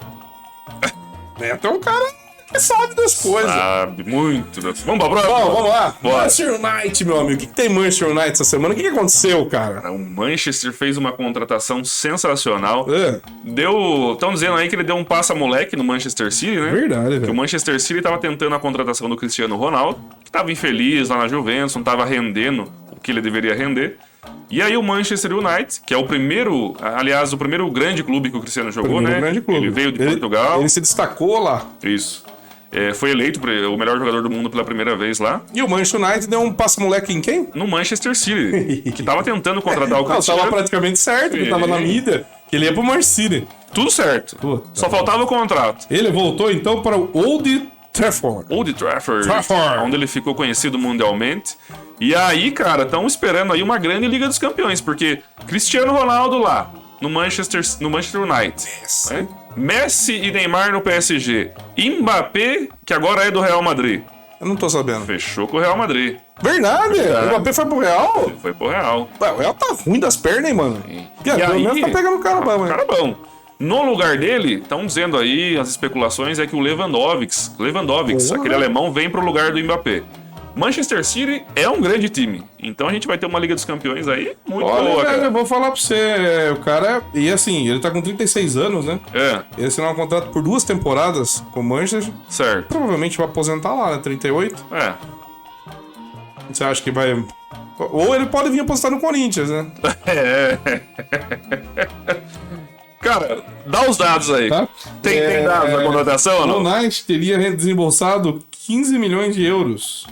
S1: Neto é um cara que sabe das coisas.
S2: Sabe, muito. né? Vamos pra próxima?
S1: é. Bom, vamos lá.
S2: Ah. Bora.
S1: Manchester United, meu amigo. O que, que tem Manchester United essa semana? O que, que aconteceu, cara?
S2: O Manchester fez uma contratação sensacional.
S1: É,
S2: Deu. Estão dizendo aí que ele deu um passa moleque no Manchester City, né?
S1: é verdade,
S2: Que o
S1: velho.
S2: Manchester City tava tentando a contratação do Cristiano Ronaldo, que tava infeliz lá na Juventus, não tava rendendo o que ele deveria render. E aí o Manchester United, que é o primeiro, aliás, o primeiro grande clube que o Cristiano jogou,
S1: Primeiro
S2: né?
S1: um grande clube.
S2: Ele veio de Portugal.
S1: Ele se destacou lá.
S2: Isso. É, foi eleito pre- o melhor jogador do mundo pela primeira vez lá,
S1: E o Manchester United deu um passo-moleque em quem?
S2: no Manchester City, que tava tentando contratar É o
S1: Não,
S2: Cristiano.
S1: tava praticamente certo, que tava na mídia, que ele ia pro Marcini.
S2: Tudo certo.
S1: Puta
S2: Só faltava o contrato.
S1: Ele voltou então para o Old Trafford.
S2: Old Trafford,
S1: Trafford.
S2: onde ele ficou conhecido mundialmente. E aí, cara, estão esperando aí uma grande Liga dos Campeões, porque Cristiano Ronaldo lá no Manchester, no Manchester United, né? Messi e Neymar no PSG, Mbappé que agora é do Real Madrid,
S1: Eu não tô sabendo.
S2: fechou com o Real Madrid,
S1: Verdade! O Mbappé foi pro Real?
S2: foi pro Real.
S1: Ué, O Real tá ruim das pernas, hein, mano? E, aí, pelo menos tá pegando o cara,
S2: tá-
S1: mano.
S2: cara bom. No lugar dele, estão dizendo aí, as especulações é que o Lewandowski, Lewandowski,
S1: Porra.
S2: aquele alemão, vem pro lugar do Mbappé. Manchester City é um grande time. Então a gente vai ter uma Liga dos Campeões aí muito boa,
S1: Olha, velho,
S2: cara.
S1: eu vou falar pra você. é, O cara. E assim, ele tá com 36 anos, né?
S2: É,
S1: Ele assinou um contrato por duas temporadas com o Manchester.
S2: certo.
S1: Provavelmente vai aposentar lá, né? 38.
S2: É.
S1: Você acha que vai. Ou ele pode vir apostar no Corinthians, né?
S2: Cara, dá os dados aí.
S1: Tá?
S2: Tem, tem
S1: É,
S2: dados da contratação ou
S1: O
S2: não?
S1: Knight teria desembolsado 15 milhões de euros.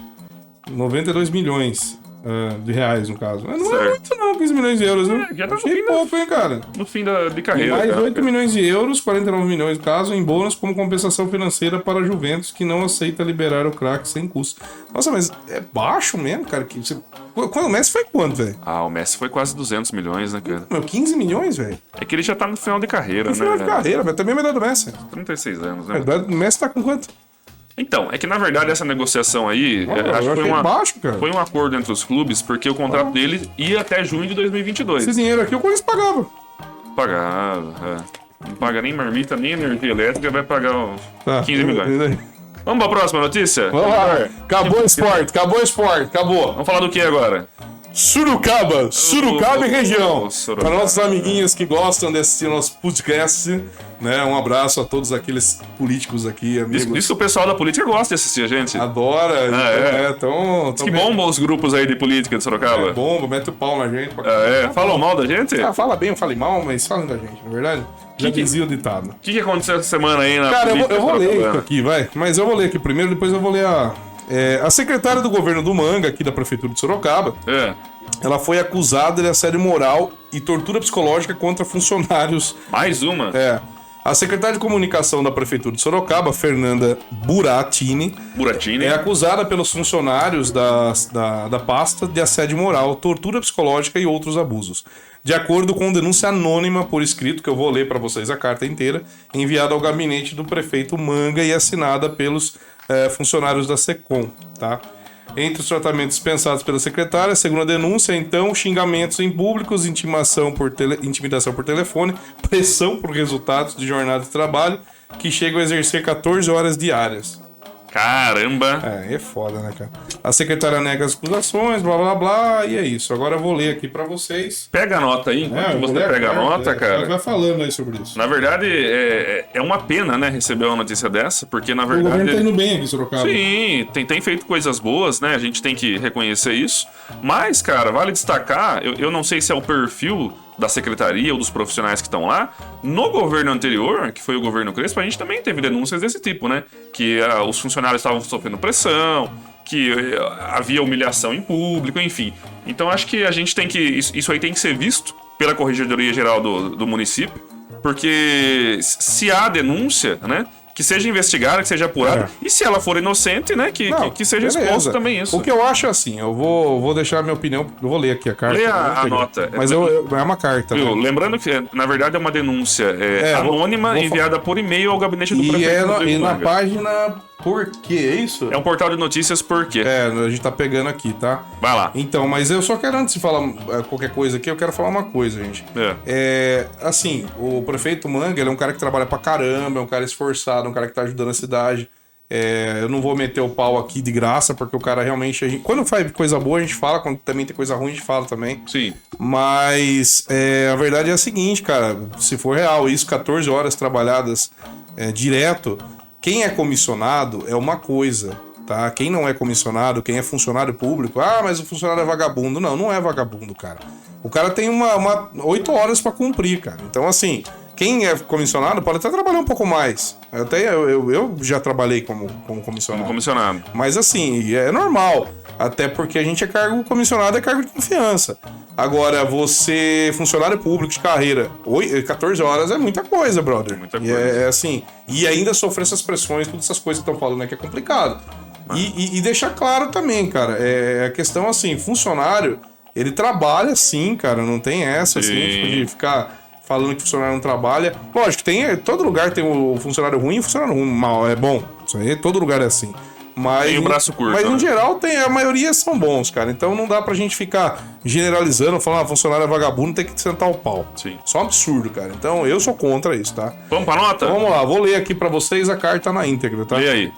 S1: 92 milhões ah, de reais, no caso. Mas não é
S2: Certo.
S1: muito, não, 15 milhões de euros, né?
S2: É, já tá no
S1: Achei
S2: fim da-
S1: pouco, hein, cara?
S2: No fim da, de carreira.
S1: Mais
S2: cara.
S1: 8 milhões de euros, 49 milhões no caso, em bônus como compensação financeira para a Juventus, que não aceita liberar o craque sem custo. Nossa, mas é baixo mesmo, cara. Que você... Qu- Quando o Messi foi quanto, velho?
S2: Ah, o Messi foi quase 200 milhões, né, cara?
S1: Meu, 15 milhões, velho?
S2: É que ele já tá no final de carreira,
S1: No final
S2: né?
S1: de
S2: velho?
S1: carreira, velho. Também é melhor do Messi.
S2: 36 anos,
S1: A
S2: né?
S1: idade do Messi tá com quanto?
S2: Então, é que na verdade essa negociação aí,
S1: Olha,
S2: é, acho
S1: Ah, eu
S2: que foi,
S1: achei
S2: uma-
S1: baixo, cara. Ah.
S2: foi um acordo entre os clubes, porque o contrato dele ia até junho de 2022.
S1: Esse dinheiro aqui o Corinthians pagava.
S2: Pagava, é. Não paga nem marmita, nem energia elétrica, vai pagar ó,
S1: Tá.
S2: 15 milhões. Vamos pra próxima notícia?
S1: Vamos lá. Acabou o esporte, acabou o esporte, acabou.
S2: Vamos falar do que agora?
S1: Surucaba, Surucaba e região.
S2: Sorocaba.
S1: Para nossos amiguinhos que gostam de assistir nosso podcast, né? Um abraço a todos aqueles políticos aqui,
S2: Diz,
S1: amigos.
S2: diz que o pessoal da política gosta de assistir a gente.
S1: Ah, Adora.
S2: é?
S1: é, tão, tão
S2: que
S1: bem-
S2: bomba os grupos aí de política de Sorocaba.
S1: É, bomba, mete o pau na gente. pra
S2: Ah,
S1: caralho.
S2: é. Falam mal da gente?
S1: Ah,
S2: O
S1: fala bem ou fale mal, mas falam da gente, não é verdade? Já dizia o ditado.
S2: que, que aconteceu essa semana aí na
S1: Cara, eu vou,
S2: política
S1: eu vou ler isso
S2: sorocabana?
S1: aqui, vai. Mas eu vou ler aqui primeiro, depois eu vou ler a. é, a secretária do governo do Manga, aqui da prefeitura de Sorocaba,
S2: É.
S1: ela foi acusada de assédio moral e tortura psicológica contra funcionários.
S2: Mais uma?
S1: É. A secretária de comunicação da prefeitura de Sorocaba, Fernanda Buratini,
S2: Buratini.
S1: é acusada pelos funcionários da, da, da pasta de assédio moral, tortura psicológica e outros abusos. De acordo com denúncia anônima por escrito, que eu vou ler para vocês a carta inteira, enviada ao gabinete do prefeito Manga e assinada pelos eh, funcionários da SECOM, tá? Entre os tratamentos dispensados pela secretária, segundo a denúncia, então, xingamentos em públicos, intimação por tele- intimidação por telefone, pressão por resultados de jornada de trabalho, que chegam a exercer 14 horas diárias.
S2: Caramba.
S1: É, é foda, né, cara? A secretária nega as acusações, blá blá blá, e é isso. Agora eu vou ler aqui pra vocês.
S2: Pega a nota aí,
S1: É,
S2: enquanto
S1: eu vou
S2: você
S1: ler
S2: pega a
S1: carta,
S2: nota,
S1: é,
S2: cara.
S1: Vai falando aí sobre isso.
S2: Na verdade, é, é uma pena, né, receber uma notícia dessa, porque na
S1: O governo tá
S2: verdade.
S1: indo bem aqui, Sorocaba.
S2: Sim, tem, tem feito coisas boas, né? A gente tem que reconhecer isso. Mas, cara, vale destacar, eu, eu não sei se é o perfil da secretaria ou dos profissionais que estão lá. No governo anterior, que foi o governo Crespo, a gente também teve denúncias desse tipo, né? Que ah, os funcionários estavam sofrendo pressão, que eh, havia humilhação em público, enfim. Então acho que a gente tem que. Isso, isso aí tem que ser visto pela Corregedoria Geral do, do município. Porque se há denúncia, né? que seja investigada, que seja apurada.
S1: É.
S2: E se ela for inocente, né, que,
S1: Não,
S2: que, que seja
S1: beleza.
S2: exposto também isso.
S1: O que eu acho é assim, eu vou, vou deixar a minha opinião, eu vou ler aqui a carta.
S2: Lê a-
S1: eu vou
S2: a
S1: pegar.
S2: nota.
S1: Mas eu, eu- é uma carta.
S2: Viu?
S1: né?
S2: Lembrando que, na verdade, é uma denúncia é,
S1: É, vou-
S2: anônima
S1: vou fa-
S2: enviada por e-mail ao gabinete do
S1: E,
S2: prefeito.
S1: é na,
S2: Rodrigo
S1: e na
S2: Maia.
S1: página por quê? É isso?
S2: É um portal de notícias por quê?
S1: É, a gente tá pegando aqui, tá?
S2: Vai lá.
S1: Então, mas eu só quero, antes de falar eh, qualquer coisa aqui, eu quero falar uma coisa, gente.
S2: É.
S1: É, assim, o prefeito Manga, ele é um cara que trabalha pra caramba, é um cara esforçado, é um cara que tá ajudando a cidade. É, eu não vou meter o pau aqui de graça, porque o cara realmente. a gente- quando faz coisa boa, a gente fala, quando também tem coisa ruim, a gente fala também.
S2: Sim.
S1: Mas é, a verdade é a seguinte, cara, se for real, isso 14 horas trabalhadas é, direto, quem é comissionado é uma coisa, tá? Quem não é comissionado, quem é funcionário público, ah, mas o funcionário é vagabundo. Não, não é vagabundo, cara. O cara tem uma, uma 8 horas pra cumprir, cara. Então, assim, quem é comissionado pode até trabalhar um pouco mais. Até eu, eu, eu já trabalhei como, como comissionado.
S2: Como comissionado.
S1: Mas assim, é normal. Até porque a gente é cargo comissionado, é cargo de confiança. Agora, você, funcionário público de carreira, oi- 14 horas é muita coisa, brother.
S2: Muita
S1: E
S2: coisa.
S1: é, é assim. E ainda sofrer essas pressões, todas essas coisas que estão falando é que é complicado.
S2: Ah.
S1: E, e- e deixar claro também, cara, é a questão assim, funcionário, ele trabalha sim, cara, não tem essa, assim,
S2: Sim.
S1: tipo, de ficar falando que o funcionário não trabalha. Lógico, tem, eh, todo lugar tem o funcionário ruim e o funcionário ruim, mal, é bom. Isso aí, todo lugar é assim. Mas,
S2: Tem o braço curto,
S1: Mas,
S2: né?
S1: em geral, tem, a maioria são bons, cara. Então, não dá pra gente ficar generalizando, falando, ah, funcionário é vagabundo, tem que sentar o pau.
S2: Sim.
S1: Isso é um absurdo, cara. Então, eu sou contra isso, tá?
S2: Vamos pra nota?
S1: Então, vamos lá, vou ler aqui pra vocês a carta na íntegra, tá?
S2: Lê aí.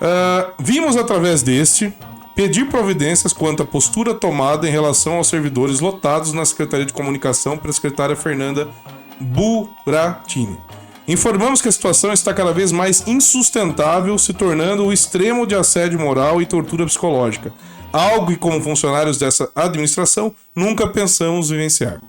S1: Ah, vimos através deste pedir providências quanto à postura tomada em relação aos servidores lotados na Secretaria de Comunicação pela secretária Fernanda Buratini. Informamos que a situação está cada vez mais insustentável, se tornando o extremo de assédio moral e tortura psicológica, algo que, como funcionários dessa administração, nunca pensamos vivenciar.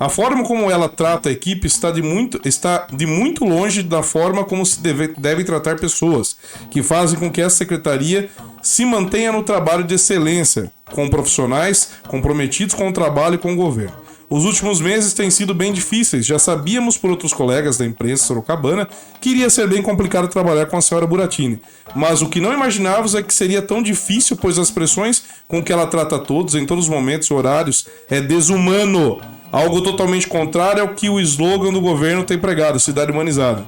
S1: A forma como ela trata a equipe está de muito, está de muito longe da forma como se deve, deve tratar pessoas, que fazem com que essa secretaria se mantenha no trabalho de excelência, com profissionais comprometidos com o trabalho e com o governo. Os últimos meses têm sido bem difíceis, já sabíamos por outros colegas da imprensa sorocabana que iria ser bem complicado trabalhar com a senhora Buratini, mas o que não imaginávamos é que seria tão difícil, pois as pressões com que ela trata todos em todos os momentos e horários é desumano. Algo totalmente contrário ao que o slogan do governo tem pregado, cidade humanizada.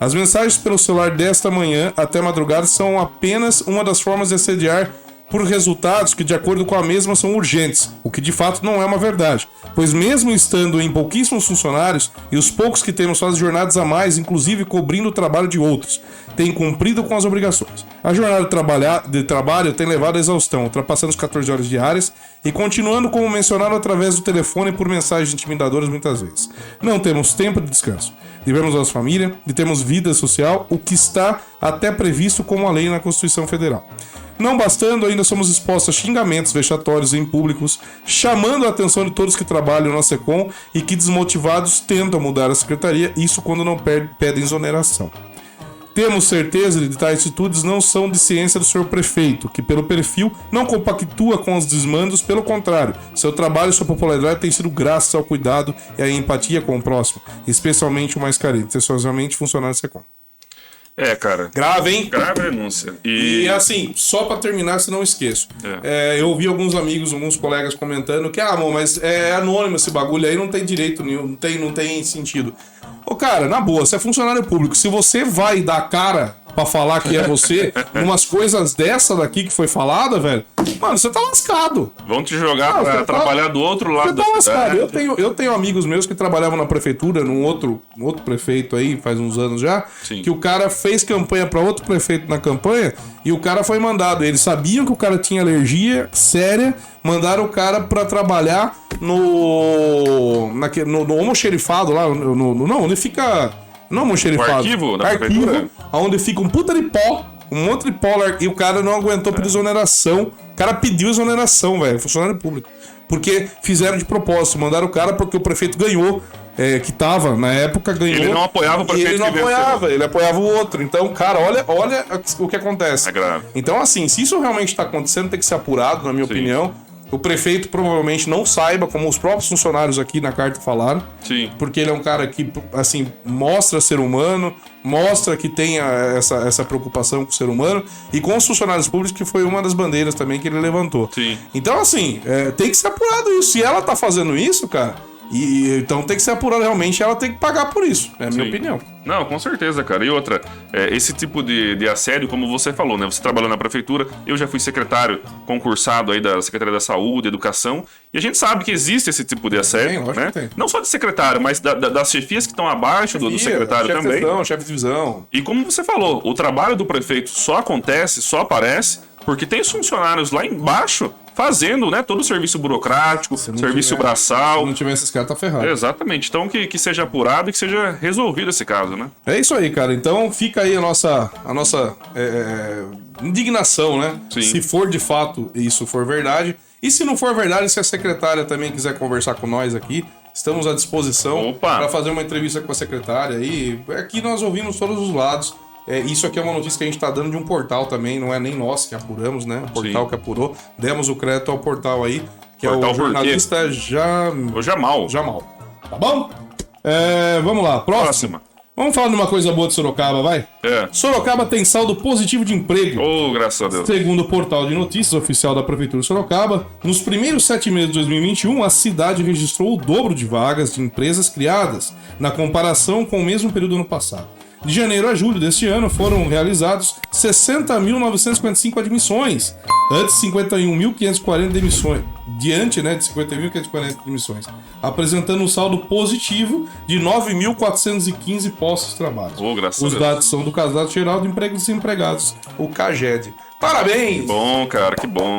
S1: As mensagens pelo celular desta manhã até madrugada são apenas uma das formas de assediar por resultados que, de acordo com a mesma, são urgentes, o que de fato não é uma verdade, pois mesmo estando em pouquíssimos funcionários, e os poucos que temos fazem jornadas a mais, inclusive cobrindo o trabalho de outros, têm cumprido com as obrigações. A jornada trabalhar- de trabalho tem levado à exaustão, ultrapassando as 14 horas diárias e continuando como mencionado através do telefone por mensagens intimidadoras muitas vezes. Não temos tempo de descanso. Devemos nossa família e temos vida social, o que está até previsto como a lei na Constituição Federal. Não bastando, ainda somos expostos a xingamentos vexatórios em públicos, chamando a atenção de todos que trabalham na SECOM e que desmotivados tentam mudar a secretaria, isso quando não per- pedem exoneração. Temos certeza de que tais atitudes não são de ciência do senhor prefeito, que pelo perfil não compactua com os desmandos, pelo contrário, seu trabalho e sua popularidade têm sido graças ao cuidado e à empatia com o próximo, especialmente o mais carente, especialmente funcionário da SECOM.
S2: É, cara.
S1: Grave, hein?
S2: Grave denúncia.
S1: E
S2: E,
S1: assim, só pra terminar, se não esqueço. É, eu ouvi alguns amigos, alguns colegas comentando que, ah, amor, mas é anônimo esse bagulho aí, não tem direito nenhum, não tem, não tem sentido. Ô, cara, na boa, você é funcionário público, se você vai dar cara pra falar que é você, umas coisas dessa daqui que foi falada, velho, mano, você tá lascado.
S2: vão te jogar
S1: Ah, você
S2: pra
S1: tá-
S2: atrapalhar do outro lado
S1: Você tá
S2: da
S1: lascado.
S2: cidade.
S1: Eu tenho, eu tenho amigos meus que trabalhavam na prefeitura, num outro, um outro prefeito aí, faz uns anos já,
S2: Sim.
S1: que o cara fez campanha pra outro prefeito na campanha e o cara foi mandado. Eles sabiam que o cara tinha alergia séria, mandaram o cara pra trabalhar no. naque- no, no homoxerifado lá, no, no- não, onde fica. Não é homoxerifado.
S2: O arquivo da prefeitura?
S1: Onde fica um puta de pó, um monte de pó lá, e o cara não aguentou
S2: É.
S1: por exoneração. O cara pediu exoneração, velho, funcionário público. Porque fizeram de propósito, mandaram o cara porque o prefeito ganhou, é, que tava na época, ganhou.
S2: Ele não apoiava o
S1: e
S2: prefeito
S1: Ele não
S2: que venceu.
S1: apoiava, ele apoiava o outro. Então, cara, olha, olha o que acontece.
S2: É grave.
S1: Então, assim, se isso realmente tá acontecendo, tem que ser apurado, na minha
S2: Sim.
S1: opinião. O prefeito provavelmente não saiba, como os próprios funcionários aqui na carta falaram,
S2: Sim.
S1: porque ele é um cara que, assim, mostra ser humano, mostra que tem a- essa, essa preocupação com o ser humano e com os funcionários públicos, que foi uma das bandeiras também que ele levantou.
S2: Sim.
S1: Então, assim, é, tem que ser apurado isso. Se ela tá fazendo isso, cara, e, então tem que ser apurado realmente, ela tem que pagar por isso. É a minha
S2: Sim.
S1: opinião.
S2: Não, com certeza, cara. E outra, é, esse tipo de, de assédio, como você falou, né? Você trabalhou na prefeitura, eu já fui secretário concursado aí da Secretaria da Saúde, Educação, e a gente sabe que existe esse tipo de assédio,
S1: lógico
S2: né?
S1: que tem.
S2: Não só de secretário, mas da- da- das chefias que estão abaixo do, do secretário
S1: chefe de
S2: também.
S1: seção, chefe de divisão.
S2: E como você falou, o trabalho do prefeito só acontece, só aparece, porque tem os funcionários lá embaixo fazendo, né, todo o serviço burocrático,
S1: Se não
S2: serviço
S1: tiver-
S2: braçal.
S1: Se não tiver esses caras, tá ferrado.
S2: Exatamente. Então que, que seja apurado e que seja resolvido esse caso, né?
S1: É isso aí, cara. Então fica aí a nossa, a nossa é, é, indignação, né?
S2: Sim.
S1: Se for de fato isso for verdade. E se não for verdade, se a secretária também quiser conversar com nós aqui, estamos à disposição
S2: Opa!
S1: para fazer uma entrevista com a secretária. aí. aqui nós ouvimos todos os lados. É, isso aqui é uma notícia que a gente está dando de um portal também, não é nem nós que apuramos, né? O portal
S2: Sim.
S1: que apurou. Demos o crédito ao portal aí, que
S2: Portal
S1: é o
S2: por quê?
S1: jornalista já
S2: O Jamal.
S1: Jamal. Tá bom? É, vamos lá, próximo.
S2: Próxima.
S1: Vamos falar de uma coisa boa de Sorocaba, vai?
S2: É.
S1: Sorocaba tem saldo positivo de emprego.
S2: Ô, graças a Deus.
S1: Segundo o portal de notícias oficial da Prefeitura de Sorocaba, nos primeiros sete meses de 2021, a cidade registrou o dobro de vagas de empresas criadas, na comparação com o mesmo período do ano passado. De janeiro a julho deste ano foram realizados 60.955 admissões, antes 51.540 demissões, diante né, de 51.540 demissões, apresentando um saldo positivo de 9.415 postos de trabalho.
S2: Ô, graças a
S1: Os
S2: Deus.
S1: dados são do Cadastro Geral do Emprego dos Empregados, o CAGED. Parabéns!
S2: Bom, é. cara, que bom.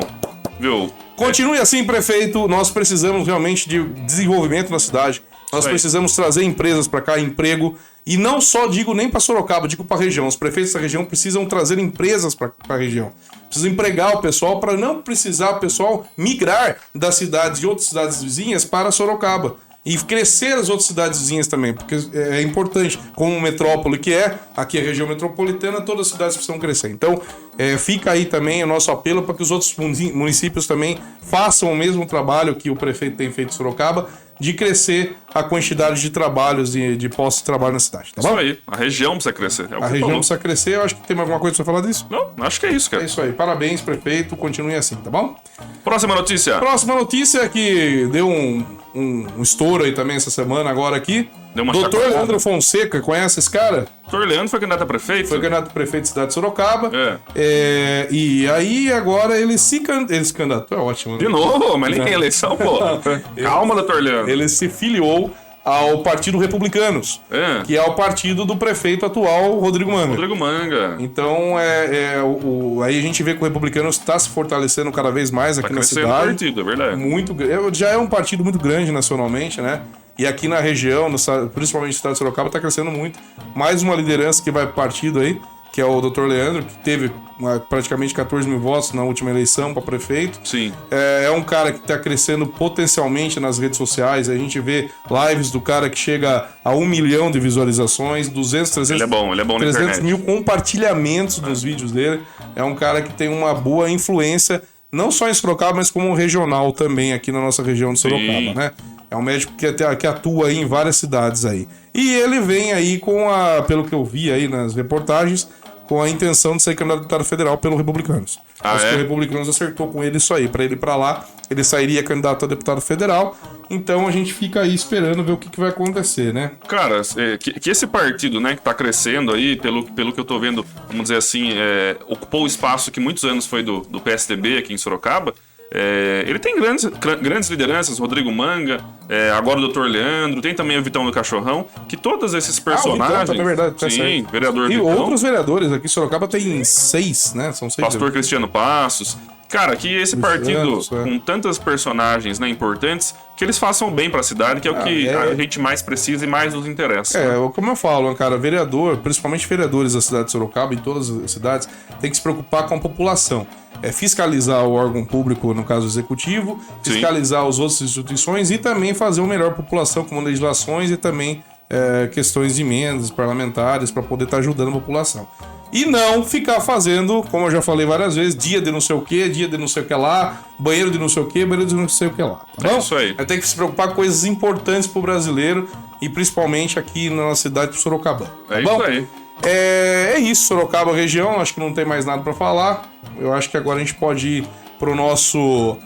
S2: Viu?
S1: Continue assim, prefeito. Nós precisamos realmente de desenvolvimento na cidade. Nós
S2: Isso aí.
S1: precisamos trazer empresas para cá, emprego. E não só digo nem para Sorocaba, digo para a região. Os prefeitos da região precisam trazer empresas para a região. Precisam empregar o pessoal para não precisar o pessoal migrar das cidades de outras cidades vizinhas para Sorocaba. E crescer as outras cidades vizinhas também, porque é importante, como metrópole que é, aqui é a região metropolitana, todas as cidades precisam crescer. Então, é, fica aí também o nosso apelo para que os outros munici- municípios também façam o mesmo trabalho que o prefeito tem feito em Sorocaba, de crescer a quantidade de trabalhos, de, de postos de trabalho na cidade, tá
S2: Isso
S1: bom?
S2: aí. A região precisa crescer. É o que
S1: A
S2: você
S1: região
S2: falou.
S1: precisa crescer, eu acho que tem mais alguma coisa pra falar disso.
S2: Não, acho que é isso,
S1: É
S2: cara.
S1: isso aí, parabéns, prefeito, continue assim, tá bom?
S2: Próxima notícia.
S1: Próxima notícia que deu um, um, um estouro aí também essa semana, agora aqui.
S2: Deu uma
S1: Doutor
S2: chacoalhada.
S1: Leandro Fonseca, conhece esse cara?
S2: Doutor Leandro foi candidato a prefeito?
S1: Foi candidato a prefeito da cidade de Sorocaba.
S2: É.
S1: É, e aí agora ele se, can... ele se candidatou, é ótimo. né?
S2: De novo, mas nem tem eleição, pô. Calma, doutor Leandro.
S1: Ele se filiou ao Partido Republicanos,
S2: É.
S1: que é o partido do prefeito atual, Rodrigo Manga.
S2: Rodrigo Manga. Tá
S1: Então, é, é, o, o- aí a gente vê que o Republicanos está se fortalecendo cada vez mais
S2: Tá
S1: aqui na
S2: crescendo o
S1: cidade.
S2: partido, é verdade.
S1: muito gr- é- já é um partido muito grande nacionalmente, né? E aqui na região, no esta- principalmente no estado de Sorocaba, está crescendo muito. Mais uma liderança que vai pro partido aí, que é o Dr. Leandro, que teve ah, praticamente 14 mil votos na última eleição para prefeito.
S2: Sim.
S1: É, é um cara que tá crescendo potencialmente nas redes sociais. A gente vê lives do cara que chega a um milhão de visualizações, 200, 300,
S2: Ele é bom, ele é bom na
S1: 300
S2: internet. Ah,
S1: mil compartilhamentos dos vídeos dele. É um cara que tem uma boa influência, não só em Sorocaba, mas como regional também aqui na nossa região de Sorocaba,
S2: Sim.
S1: né? É um médico que, até- que atua aí em várias cidades aí. E ele vem aí com a, pelo que eu vi aí nas reportagens, com a intenção de ser candidato a deputado federal pelo Republicanos.
S2: Ah,
S1: Acho que
S2: é?
S1: o Republicanos acertou com ele isso aí. Pra ele ir pra lá, ele sairia candidato a deputado federal. Então a gente fica aí esperando ver o que, que vai acontecer, né?
S2: Cara, é, que, que esse partido, né, que tá crescendo aí, pelo, pelo que eu tô vendo, vamos dizer assim, é, ocupou o espaço que muitos anos foi do, do PSDB aqui em Sorocaba. é, ele tem grandes, cra- grandes lideranças, Rodrigo Manga, é, agora o Dr. Leandro, tem também o Vitão do Cachorrão, que todos esses personagens.
S1: na verdade, Ah, tá
S2: sim,
S1: certo.
S2: vereador
S1: E
S2: Vitão,
S1: outros vereadores aqui em Sorocaba tem seis, né? São seis.
S2: pastor Cristiano Passos. Cara, que esse partido,
S1: Santos, é.
S2: com tantas personagens né, importantes, que eles façam bem pra cidade, que é o que
S1: é.
S2: a gente mais precisa e mais nos interessa.
S1: É, eu- como eu falo, cara, vereador, principalmente vereadores da cidade de Sorocaba, em todas as cidades, tem que se preocupar com a população. É fiscalizar o órgão público, no caso o executivo,
S2: Sim.
S1: fiscalizar as outras instituições e também fazer o melhor para a população, como legislações e também é, questões de emendas parlamentares, para poder estar ajudando tá a população. E não ficar fazendo, como eu já falei várias vezes, dia de não sei o que, dia de não sei o que lá, banheiro de não sei o que, banheiro de não sei o que lá. Tá
S2: É
S1: bom?
S2: isso aí.
S1: Vai ter que se preocupar com coisas importantes pro brasileiro e principalmente aqui na nossa cidade, pro Sorocaba. Tá
S2: É
S1: bom?
S2: isso aí.
S1: É, é isso, Sorocaba região. Acho que não tem mais nada pra falar. Eu acho que agora a gente pode ir pro nosso.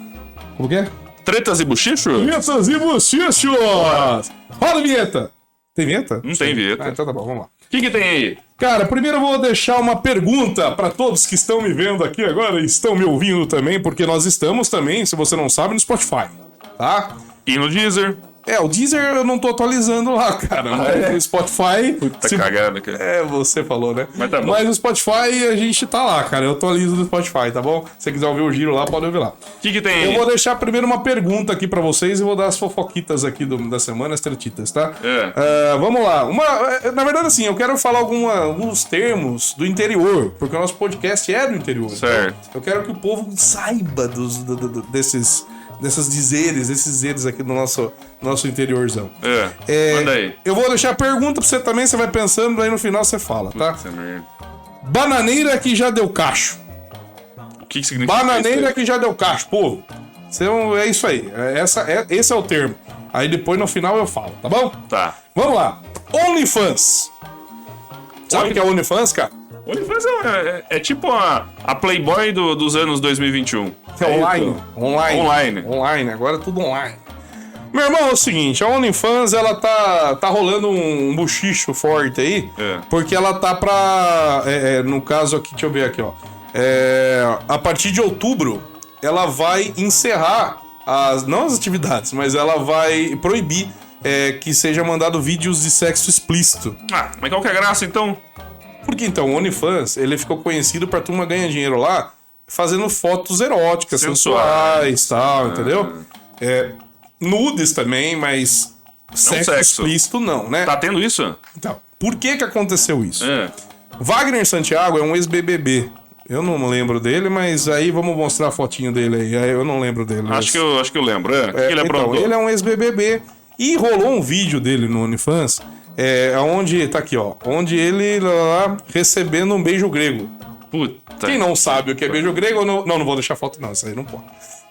S1: Como que é?
S2: Tretas e bochicho?
S1: Vinhetas e bochichos! Roda a vinheta! Tem vinheta?
S2: Não tem
S1: Ah,
S2: vinheta.
S1: então tá bom, vamos lá.
S2: O que, que tem aí?
S1: Cara, primeiro eu vou deixar uma pergunta para todos que estão me vendo aqui agora e estão me ouvindo também, porque nós estamos também, se você não sabe, no Spotify, tá?
S2: E no Deezer?
S1: É, o Deezer eu não tô atualizando lá,
S2: Ah,
S1: cara. Mas
S2: é?
S1: o Spotify.
S2: Tá
S1: se-
S2: cagada, cara.
S1: É, você falou, né?
S2: Mas tá bom.
S1: o Spotify a gente tá lá, cara. Eu atualizo no Spotify, tá bom? Se você quiser ouvir o giro lá, pode ouvir lá.
S2: O que, que tem aí?
S1: Eu vou deixar primeiro uma pergunta aqui pra vocês e vou dar as fofoquitas aqui do- da semana, as tretitas, tá?
S2: É.
S1: Ah, vamos lá. Uma, eh, na verdade, assim, eu quero falar alguma- alguns termos do interior, porque o nosso podcast é do interior. então
S2: Certo.
S1: eu quero que o povo saiba dos, do- do- do- desses, desses dizeres, esses dizeres aqui do nosso, nosso interiorzão.
S2: É.
S1: É,
S2: Manda aí.
S1: Eu vou deixar a pergunta pra você também, você vai pensando, daí no final você fala, tá?
S2: Essa merda.
S1: Bananeira que já deu cacho.
S2: O que, que significa
S1: Bananeira
S2: É isso?
S1: que já deu cacho, povo. Você não- é isso aí. É, essa, é- esse é o termo. Aí depois no final eu falo, tá bom?
S2: Tá.
S1: Vamos lá. OnlyFans. Sabe o que é OnlyFans, cara?
S2: OnlyFans é, é, é tipo a, a Playboy do- dos anos 2021.
S1: É online. Online.
S2: Online.
S1: Online. Agora é tudo online. Meu irmão, é o seguinte, a OnlyFans, ela tá, tá rolando um, um buchicho forte aí,
S2: É.
S1: porque ela tá pra, é, é, no caso aqui, deixa eu ver aqui, ó, É, a partir de outubro, ela vai encerrar, as, não as atividades, mas ela vai proibir é, que seja mandado vídeos de sexo explícito.
S2: Ah, mas qual que é a graça então?
S1: Porque então, o OnlyFans, ele ficou conhecido pra turma ganhar dinheiro lá fazendo fotos eróticas,
S2: Sensuais. Ah.
S1: sensuais e tal, entendeu? É, nudes também, mas sexo,
S2: sexo.
S1: explícito não, né?
S2: Tá tendo isso?
S1: Então, por que que aconteceu isso?
S2: É.
S1: Wagner Santiago é um ex-BBB. Eu não lembro dele, mas aí vamos mostrar a fotinho dele aí. Aí Eu não lembro dele. mas-
S2: Acho que, eu, acho que eu lembro. É. O que
S1: é,
S2: que ele
S1: então,
S2: aprontou?
S1: ele é um ex-BBB. E rolou um vídeo dele no OnlyFans, é, onde, tá aqui, ó, onde ele lá, lá, lá, recebendo um beijo grego.
S2: Puta.
S1: Quem não sabe o que é beijo grego, eu não, não, não vou deixar foto não, isso aí não pode.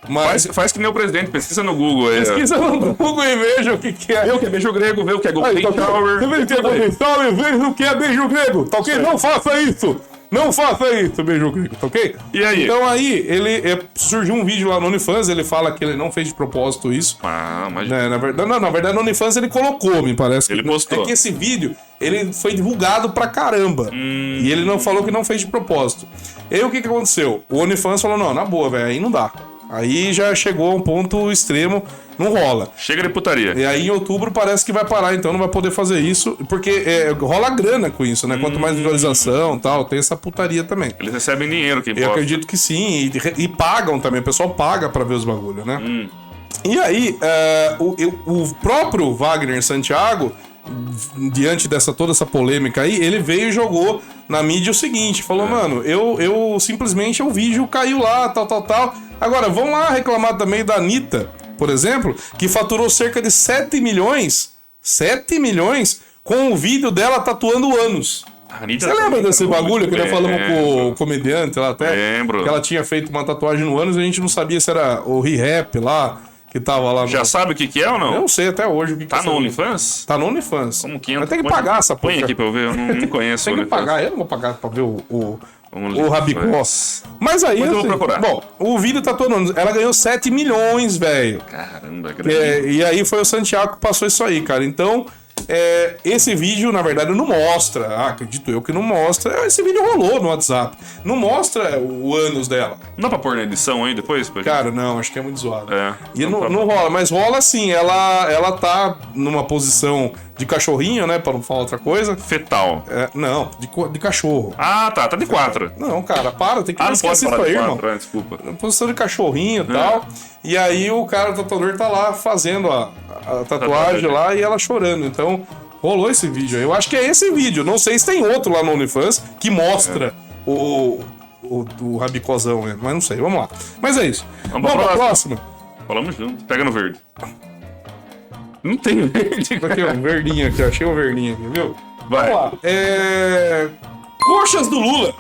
S1: Mas
S2: Faz, faz que nem o presidente, pesquisa no Google. aí, ó.
S1: pesquisa no Google e veja o que, que é.
S2: Vê o que é beijo grego, vê o que é
S1: Aí,
S2: Golden
S1: tá ok.
S2: Shower.
S1: Você vê o que é Golden Shower, veja o que é beijo grego, tá ok? Não faça isso! Não faça isso, beijo grego, tá ok?
S2: E aí?
S1: Então aí, ele é, surgiu um vídeo lá no OnlyFans, ele fala que ele não fez de propósito isso,
S2: Ah, mas
S1: né, na verdade, não, na verdade, no OnlyFans ele colocou, me parece.
S2: Ele
S1: que,
S2: postou.
S1: É que esse vídeo, ele foi divulgado pra caramba. E ele não falou que não fez de propósito. E aí, o que, que aconteceu? O OnlyFans falou, não, na boa, velho, aí não dá. Aí já chegou a um ponto extremo, não rola.
S2: chega de putaria.
S1: E aí em outubro parece que vai parar, então não vai poder fazer isso, porque é, rola grana com isso, né? Quanto mais visualização tal, tem essa putaria também.
S2: Eles recebem dinheiro, quem
S1: Eu
S2: posta.
S1: acredito que sim, e, e pagam também, o pessoal paga pra ver os bagulho, né? E aí, é, o, eu- o próprio Wagner Santiago, diante dessa toda essa polêmica aí, ele veio e jogou na mídia o seguinte, falou, mano, eu, eu simplesmente o vídeo caiu lá, tal, tal, tal. Agora, vão lá reclamar também da Anitta, por exemplo, que faturou cerca de 7 milhões, 7 milhões, com o vídeo dela tatuando anos.
S2: A Anitta
S1: Você
S2: tá
S1: lembra
S2: muito
S1: desse
S2: bem. é.
S1: bagulho que nós falamos com o
S2: Lembro.
S1: comediante lá até?
S2: Lembro.
S1: Que ela tinha feito uma tatuagem no ânus e a gente não sabia se era o re-rap lá, que tava lá. No...
S2: Já sabe o que que é ou
S1: Eu
S2: não?
S1: não sei até hoje o que
S2: Tá
S1: que é
S2: no
S1: essa-
S2: OnlyFans?
S1: Tá no OnlyFans.
S2: Como que entra?
S1: Mas tem que
S2: Põe-
S1: pagar essa porra.
S2: Põe aqui pra eu ver, eu não, não conheço
S1: Tem que
S2: OnlyFans.
S1: pagar, eu não vou pagar pra ver o, o,
S2: OnlyFans.
S1: o Rabicó. Mas aí. assim,
S2: Mas eu vou procurar.
S1: Bom, o vídeo tá todo. ânus. Ela ganhou 7 milhões, velho.
S2: Caramba,
S1: É,
S2: grande.
S1: e aí foi o Santiago que passou isso aí, cara. Então, é, esse vídeo, na verdade, não mostra. Ah, acredito eu que não mostra. Esse vídeo rolou no WhatsApp. Não mostra o ânus dela.
S2: Não dá pra pôr na edição aí depois? Pra gente?
S1: Cara, não, acho que é muito zoado.
S2: É,
S1: e
S2: não
S1: não,
S2: tá
S1: não rola, mas rola sim. Ela, ela tá numa posição de cachorrinho, né? Pra não falar outra coisa.
S2: Fetal.
S1: É, não, de, co- de cachorro.
S2: Ah, tá, tá de quatro.
S1: Não, cara, para, tem que
S2: Ah, não
S1: esquecer isso
S2: pode parar
S1: aí,
S2: de
S1: irmão.
S2: quatro, ah, desculpa.
S1: posição de cachorrinho e tal. E aí o cara, o tatuador, tá lá fazendo a, a tatuagem
S2: Tatuagem.
S1: lá e ela chorando. Então, rolou esse vídeo aí. Eu acho que é esse vídeo. Não sei se tem outro lá no OnlyFans que mostra o, o, o rabicozão, né? mas não sei. Vamos lá. Mas é isso.
S2: Vamos
S1: Vamos,
S2: pra
S1: pra próxima.
S2: Falamos junto. Pega no verde. Não tem verde.
S1: Aqui, ó, um verdinho aqui, ó. Achei um verdinho aqui, viu?
S2: Vai.
S1: Vamos lá. É... coxas do Lula.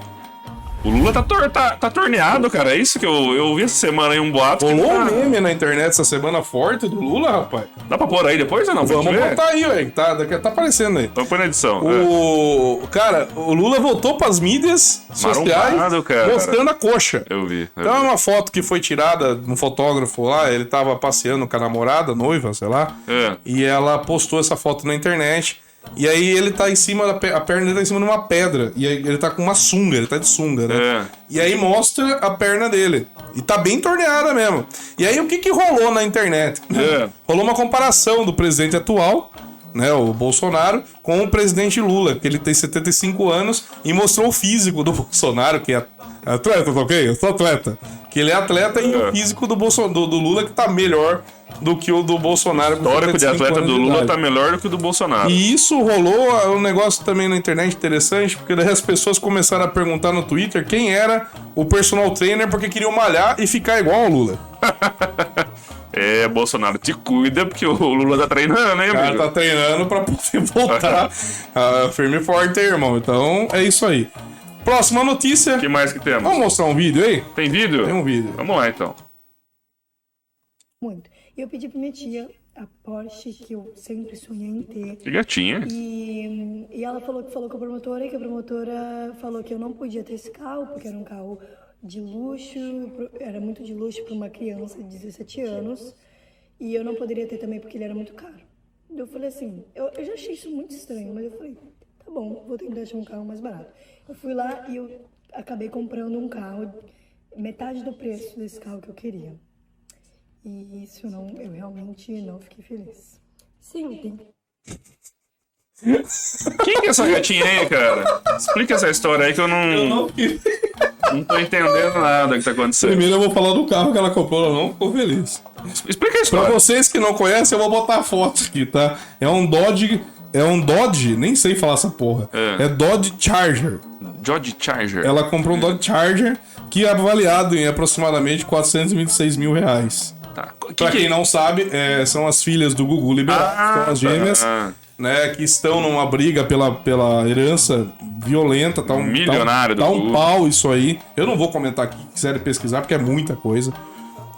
S2: O Lula tá, tor- tá, tá torneado, cara. É isso que eu, eu ouvi essa semana aí um boato. que
S1: Rolou um
S2: tá-
S1: meme na internet essa semana forte do Lula, rapaz.
S2: Dá pra pôr aí depois ou não? Pra
S1: Vamos
S2: gente ver?
S1: botar aí, velho. Tá, tá aparecendo aí.
S2: Vamos pôr na edição. é.
S1: O cara, o Lula voltou pras mídias sociais
S2: Marombado, cara.
S1: mostrando a coxa.
S2: Eu vi. eu
S1: Então é
S2: vi.
S1: uma foto que foi tirada de um fotógrafo lá, ele tava passeando com a namorada, noiva, sei lá.
S2: É.
S1: E ela postou essa foto na internet. E aí ele tá em cima da pe- a perna dele tá em cima de uma pedra. E aí ele tá com uma sunga, ele tá de sunga, né?
S2: É.
S1: E aí mostra a perna dele. E tá bem torneada mesmo. E aí o que que rolou na internet?
S2: É.
S1: Rolou uma comparação do presidente atual, né, o Bolsonaro, com o presidente Lula, que ele tem 75 anos e mostrou o físico do Bolsonaro, que é atleta, tá ok? Eu sou atleta. Que ele é atleta e
S2: É.
S1: o físico do, Bolson, do, do Lula que tá melhor do que o do Bolsonaro.
S2: O histórico de atleta do Lula tá
S1: também.
S2: melhor do que o do Bolsonaro.
S1: E isso rolou ah, um negócio também na internet interessante, porque daí as pessoas começaram a perguntar no Twitter quem era o personal trainer porque queriam malhar e ficar igual ao Lula.
S2: É, Bolsonaro, te cuida porque o Lula tá treinando, hein,
S1: O cara
S2: amigo?
S1: tá treinando pra poder voltar ah, firme e forte, irmão. Então é isso aí. Próxima notícia.
S2: O que mais que temos?
S1: Vamos mostrar um vídeo aí?
S2: Tem vídeo?
S1: Tem um vídeo.
S2: Vamos lá, então.
S7: Muito. E eu pedi pra minha tia a Porsche que eu sempre sonhei em ter.
S2: Que gatinha.
S7: E, e ela falou que falou com a promotora e que a promotora falou que eu não podia ter esse carro, porque era um carro de luxo, pro- era muito de luxo para uma criança de 17 anos. E eu não poderia ter também porque ele era muito caro. Eu falei assim, eu, eu já achei isso muito estranho, mas eu falei, tá bom, vou tentar achar um carro mais barato. Eu fui lá e eu acabei comprando um carro, metade do preço desse carro que eu queria. E isso não, eu realmente não fiquei feliz. Sim, tem
S2: Quem que é essa gatinha aí, cara? Explica essa história aí que eu não, não... tô entendendo nada que tá acontecendo.
S1: Primeiro eu vou falar do carro que ela comprou, ela não ficou feliz.
S2: Explica a
S1: Pra
S2: história.
S1: vocês que não conhecem, eu vou botar a foto aqui, tá? É um Dodge. É um Dodge, nem sei falar essa porra.
S2: É. Hum.
S1: É, Dodge Charger.
S2: George Charger.
S1: Ela comprou um Dodge Charger que é avaliado em aproximadamente 426 mil reais.
S2: Tá. Que
S1: Pra
S2: que-
S1: quem não sabe, é, são as filhas do Gugu Liberato,
S2: Ah,
S1: são as gêmeas,
S2: tá.
S1: né? Que estão numa briga pela, pela herança violenta, tá um.
S2: Milionário do
S1: tá, um- tá
S2: Gugu.
S1: um pau isso aí. Eu não vou comentar aqui, quiserem pesquisar, porque é muita coisa.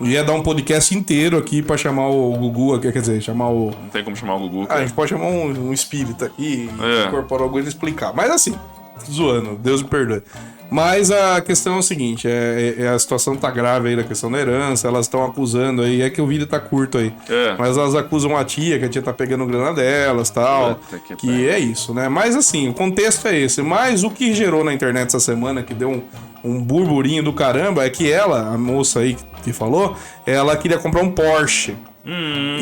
S1: Ia dar um podcast inteiro aqui pra chamar o Gugu, aqui, quer dizer, chamar o.
S2: Não tem como chamar o Gugu.
S1: Ah, a
S2: cara.
S1: gente pode chamar um, um espírita aqui e
S2: É.
S1: incorporar alguém e explicar. Mas assim, zoando, Deus me perdoe. Mas a questão é o seguinte: é, é- a situação tá grave aí da questão da herança, elas estão acusando aí, é que o vídeo tá curto aí.
S2: É.
S1: Mas elas acusam a tia, que a tia tá pegando grana delas tal.
S2: Puta que
S1: Que,
S2: pariu.
S1: é isso, né? Mas assim, o contexto é esse. Mas o que gerou na internet essa semana, que deu um, um burburinho do caramba, é que ela, a moça aí que, que falou, ela queria comprar um Porsche.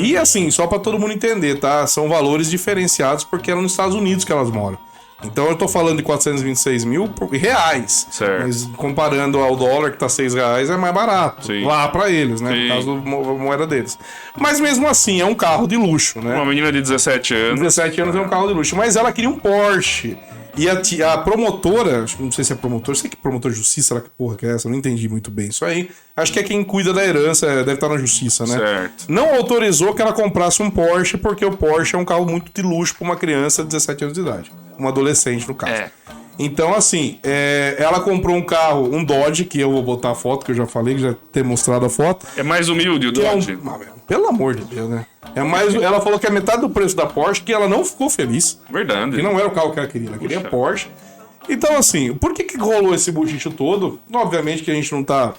S1: E assim, só pra todo mundo entender, tá? São valores diferenciados porque é nos Estados Unidos que elas moram. Então eu tô falando de 426 mil por- reais.
S2: Certo.
S1: Mas comparando ao dólar que tá 6 reais, é mais barato.
S2: Sim.
S1: Lá pra eles, né?
S2: Sim.
S1: No caso da mo- moeda deles. Mas mesmo assim, é um carro de luxo, né?
S2: Uma menina de 17
S1: Com
S2: anos.
S1: 17 anos é um carro de luxo. Mas ela queria um Porsche. E a, ti- a promotora, acho que não sei se é promotora, sei que promotor de justiça, será que porra que é essa? Eu não entendi muito bem isso aí. Acho que é quem cuida da herança, é, deve estar na justiça, né?
S2: Certo.
S1: Não autorizou que ela comprasse um Porsche, porque o Porsche é um carro muito de luxo para uma criança de 17 anos de idade. Um adolescente, no caso.
S2: É.
S1: Então, assim, é, ela comprou um carro, um Dodge, que eu vou botar a foto, que eu já falei, que já ter mostrado a foto.
S2: É mais humilde o
S1: Que é um-
S2: Dodge.
S1: Ah, meu, pelo amor de Deus, né? É mais, ela falou que é metade do preço da Porsche, que ela não ficou feliz.
S2: Verdade.
S1: Que não era o carro que ela queria, ela queria
S2: Puxa.
S1: Porsche. Então, assim, por que, que rolou esse buchicho todo? Obviamente que a gente não tá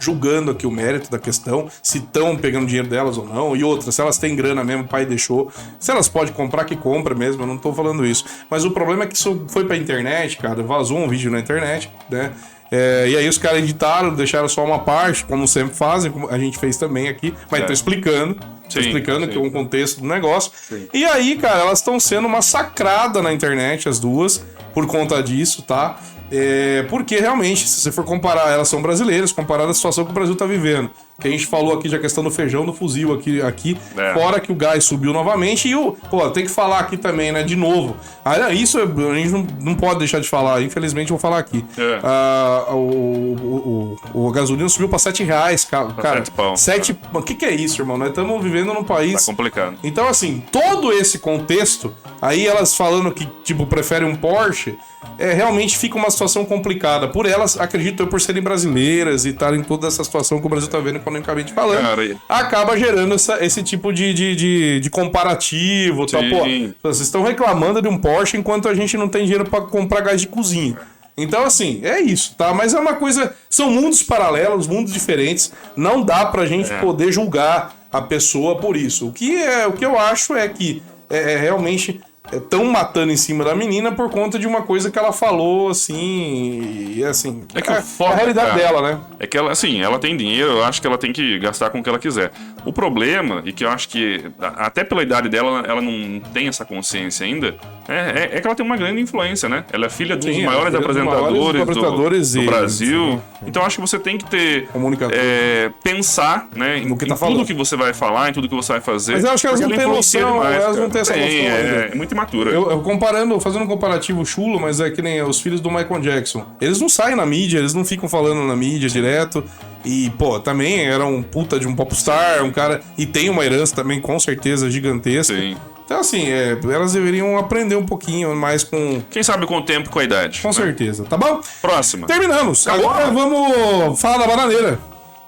S1: julgando aqui o mérito da questão, se estão pegando dinheiro delas ou não, e outra, se elas têm grana mesmo, o pai deixou, se elas podem comprar, que compra mesmo, eu não tô falando isso. Mas o problema é que isso foi pra internet, cara, vazou um vídeo na internet, né? É, e aí os caras editaram, deixaram só uma parte, como sempre fazem, como a gente fez também aqui, mas tô explicando,
S2: É. Sim,
S1: tô explicando
S2: sim.
S1: que é um contexto do negócio. E aí, cara, elas estão sendo massacradas na internet, as duas, por conta disso, tá? É, porque realmente, se você for comparar, elas são brasileiras, comparada à situação que o Brasil tá vivendo. Que a gente falou aqui já a questão do feijão do fuzil aqui, aqui
S2: É.
S1: fora que o gás subiu novamente e o. Pô, tem que falar aqui também, né? De novo. Ah, isso a gente não, não pode deixar de falar, infelizmente eu vou falar aqui.
S2: É.
S1: Ah, o, o, o, o gasolina subiu pra 7 reais, ca- cara.
S2: sete pau.
S1: 7 O que, que é isso, irmão? Nós estamos vivendo num país.
S2: Tá complicado.
S1: Então, assim, todo esse contexto, aí elas falando que, tipo, preferem um Porsche, é, realmente fica uma situação complicada. Por elas, acredito eu, por serem brasileiras e estarem em toda essa situação que o Brasil tá vendo economicamente falando,
S2: Cara, e-
S1: acaba gerando essa- esse tipo de, de, de, de comparativo. Tal.
S2: Sim.
S1: Pô, vocês estão reclamando de um Porsche enquanto a gente não tem dinheiro pra comprar gás de cozinha. Então, assim, é isso, tá? Mas é uma coisa. São mundos paralelos, mundos diferentes. Não dá pra gente
S2: É.
S1: poder julgar a pessoa por isso. O que, é, o que eu acho é que é, é realmente estão matando em cima da menina por conta de uma coisa que ela falou, assim. E assim.
S2: É que o
S1: a,
S2: foda,
S1: a realidade
S2: cara.
S1: dela, né?
S2: É que ela, assim, ela tem dinheiro, eu acho que ela tem que gastar com o que ela quiser. O problema, e que eu acho que, a- até pela idade dela, ela não tem essa consciência ainda, é, é- é que ela tem uma grande influência, né? Ela é filha dos
S1: Sim,
S2: maiores
S1: ela é filha dos
S2: apresentadores,
S1: maiores
S2: do,
S1: apresentadores
S2: do
S1: e-
S2: Brasil. Então eu acho que você tem que ter.
S1: Comunicador.
S2: é, pensar, né? Em,
S1: No que tá
S2: em
S1: falando.
S2: tudo que você vai falar, em tudo que você vai fazer.
S1: Mas eu acho que elas
S2: Porque
S1: não
S2: ela
S1: têm
S2: influencia
S1: noção, elas não
S2: cara.
S1: têm essa
S2: Tem,
S1: noção
S2: é,
S1: ainda.
S2: é muito imatura.
S1: Eu, eu comparando, fazendo um comparativo chulo, mas é que nem os filhos do Michael Jackson. Eles não saem na mídia, eles não ficam falando na mídia direto. E, pô, também era um puta de um popstar, um cara. E tem uma herança também, com certeza, gigantesca.
S2: Sim.
S1: Então, assim, é, elas deveriam aprender um pouquinho mais com.
S2: Quem sabe com o tempo e com a idade.
S1: Com
S2: né?
S1: certeza, tá bom?
S2: Próxima.
S1: Terminamos.
S2: Acabou?
S1: Agora vamos falar da bananeira.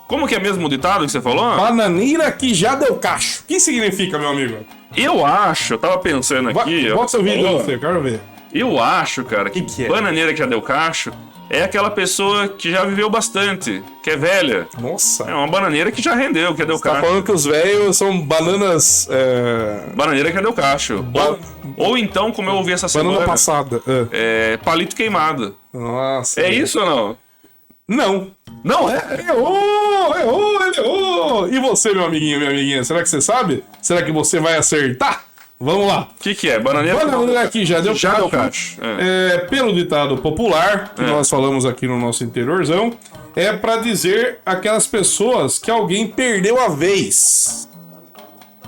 S2: Como que é mesmo o ditado que você falou?
S1: Bananeira que já deu cacho. O que significa, meu amigo?
S2: Eu acho, eu tava pensando
S1: Bo-
S2: aqui. ó.
S1: Bota seu vídeo,
S2: Boa.
S1: eu quero ver.
S2: Eu acho, cara, que,
S1: que é?
S2: bananeira que já deu cacho é aquela pessoa que já viveu bastante, que é velha.
S1: Nossa.
S2: É uma bananeira que já rendeu, que já deu
S1: Tá
S2: cacho.
S1: falando que os velhos são bananas. É...
S2: Bananeira que já deu cacho.
S1: Ba-
S2: Ou, ou então, como eu ouvi essa
S1: Banana
S2: semana,
S1: passada. é.
S2: é palito queimado.
S1: Nossa.
S2: É isso ou não?
S1: Não.
S2: Não é?
S1: Errou! Errou! Ele errou! E você, meu amiguinho, minha amiguinha, será que você sabe? Será que você vai acertar? Vamos lá!
S2: O que, que é? Bananeira.
S1: Bananeira aqui já deu
S2: Já deu
S1: cacho.
S2: cacho,
S1: É, pelo ditado popular, que
S2: É.
S1: nós falamos aqui no nosso interiorzão, é pra dizer aquelas pessoas que alguém perdeu a vez.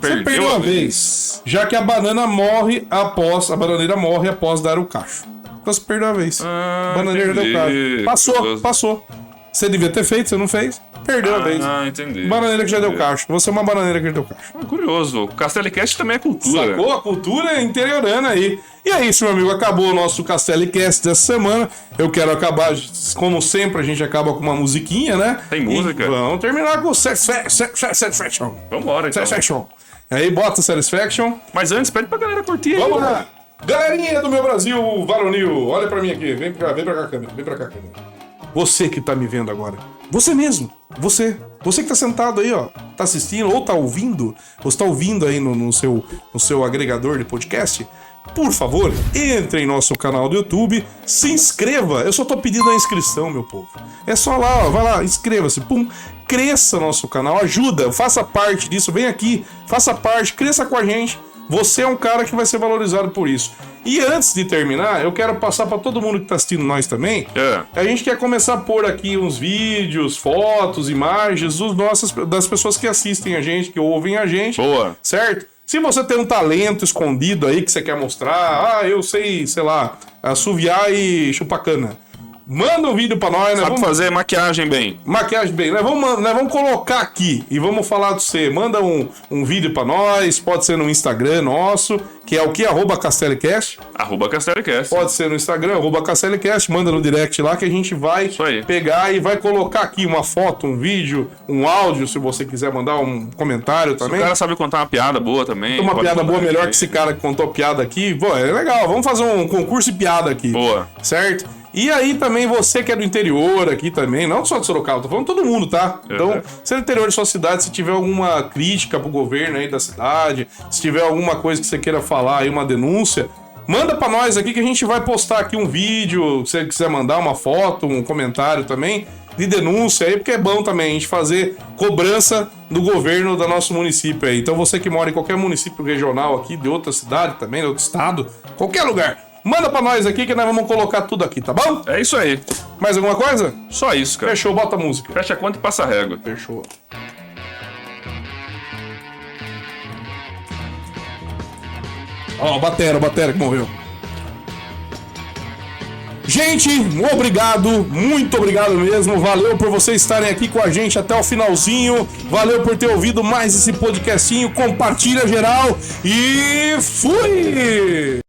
S1: Você perdeu a vez. Já que a banana morre após. A bananeira morre após dar o cacho. Então você perdeu a vez.
S2: Ah,
S1: bananeira deu
S2: entendi.
S1: cacho. Passou,
S2: Curioso.
S1: passou. Você devia ter feito, você não fez. Perdeu a vez.
S2: Ah, entendi.
S1: Bananeira que já deu
S2: Entendi.
S1: cacho. Você é uma bananeira que já deu cacho.
S2: Ah, Curioso. Castelicast também é cultura.
S1: Sacou? A cultura interiorana aí. E é isso, meu amigo. Acabou o nosso Castelicast dessa semana. Eu quero acabar, como sempre, a gente acaba com uma musiquinha, né?
S2: Tem
S1: E
S2: música?
S1: vamos terminar com Satisfaction.
S2: Vambora, então.
S1: Satisfaction. Aí bota Satisfaction.
S2: Mas antes, pede pra galera curtir aí.
S1: Vamos
S2: né?
S1: lá. Galerinha do meu Brasil varonil, olha pra mim aqui. Vem pra, vem pra cá, câmera. Vem pra cá, câmera. Você que tá me vendo agora. Você mesmo. Você. Você que tá sentado aí, ó. Tá assistindo ou tá ouvindo. Você tá ouvindo aí no, no seu, no seu agregador de podcast. Por favor, entre em nosso canal do YouTube, se inscreva. Eu só tô pedindo a inscrição, meu povo. É só lá, ó, vai lá, inscreva-se. Pum, cresça nosso canal, ajuda, faça parte disso, vem aqui, faça parte, cresça com a gente. Você é um cara que vai ser valorizado por isso. E antes de terminar, eu quero passar para todo mundo que tá assistindo nós também.
S2: É.
S1: A gente quer começar a pôr aqui uns vídeos, fotos, imagens dos nossas, das pessoas que assistem a gente, que ouvem a gente.
S2: Boa.
S1: Certo? Se você tem um talento escondido aí que você quer mostrar, ah, eu sei, sei lá, assoviar e chupar cana. Manda um vídeo pra nós, nós
S2: Sabe
S1: vamos
S2: fazer maquiagem bem.
S1: Maquiagem bem, nós vamos, man- nós vamos colocar aqui e vamos falar de você. Manda um, um vídeo pra nós, pode ser no Instagram nosso, que é o que? Arroba Castelecast.
S2: Arroba Castelicast.
S1: Pode ser no Instagram, arroba Castelecast, manda no direct lá que a gente vai
S2: Isso aí.
S1: pegar e vai colocar aqui uma foto, um vídeo, um áudio, se você quiser mandar um comentário
S2: O
S1: também.
S2: cara sabe contar uma piada boa também.
S1: Uma
S2: pode
S1: piada
S2: mandar
S1: boa melhor
S2: aí.
S1: que esse cara que contou piada aqui. Pô, é legal. Vamos fazer um concurso de piada aqui.
S2: Boa.
S1: Certo? E aí também você que é do interior aqui também, não só de Sorocaba, tô falando todo mundo, tá? Então,
S2: Uhum.
S1: se é do interior de sua cidade, se tiver alguma crítica pro governo aí da cidade, se tiver alguma coisa que você queira falar aí, uma denúncia, manda pra nós aqui que a gente vai postar aqui um vídeo, se você quiser mandar uma foto, um comentário também de denúncia aí, porque é bom também a gente fazer cobrança do governo do nosso município aí. Então você que mora em qualquer município regional aqui, de outra cidade também, de outro estado, qualquer lugar, manda pra nós aqui que nós vamos colocar tudo aqui, tá bom?
S2: É isso aí.
S1: Mais alguma coisa?
S2: Só isso, cara.
S1: Fechou, bota a música.
S2: Fecha a conta e passa a régua.
S1: Fechou. Ó, o Batera, o Batera que morreu. Gente, um obrigado, muito obrigado mesmo. Valeu por vocês estarem aqui com a gente até o finalzinho. Valeu por ter ouvido mais esse podcastinho. Compartilha geral e fui!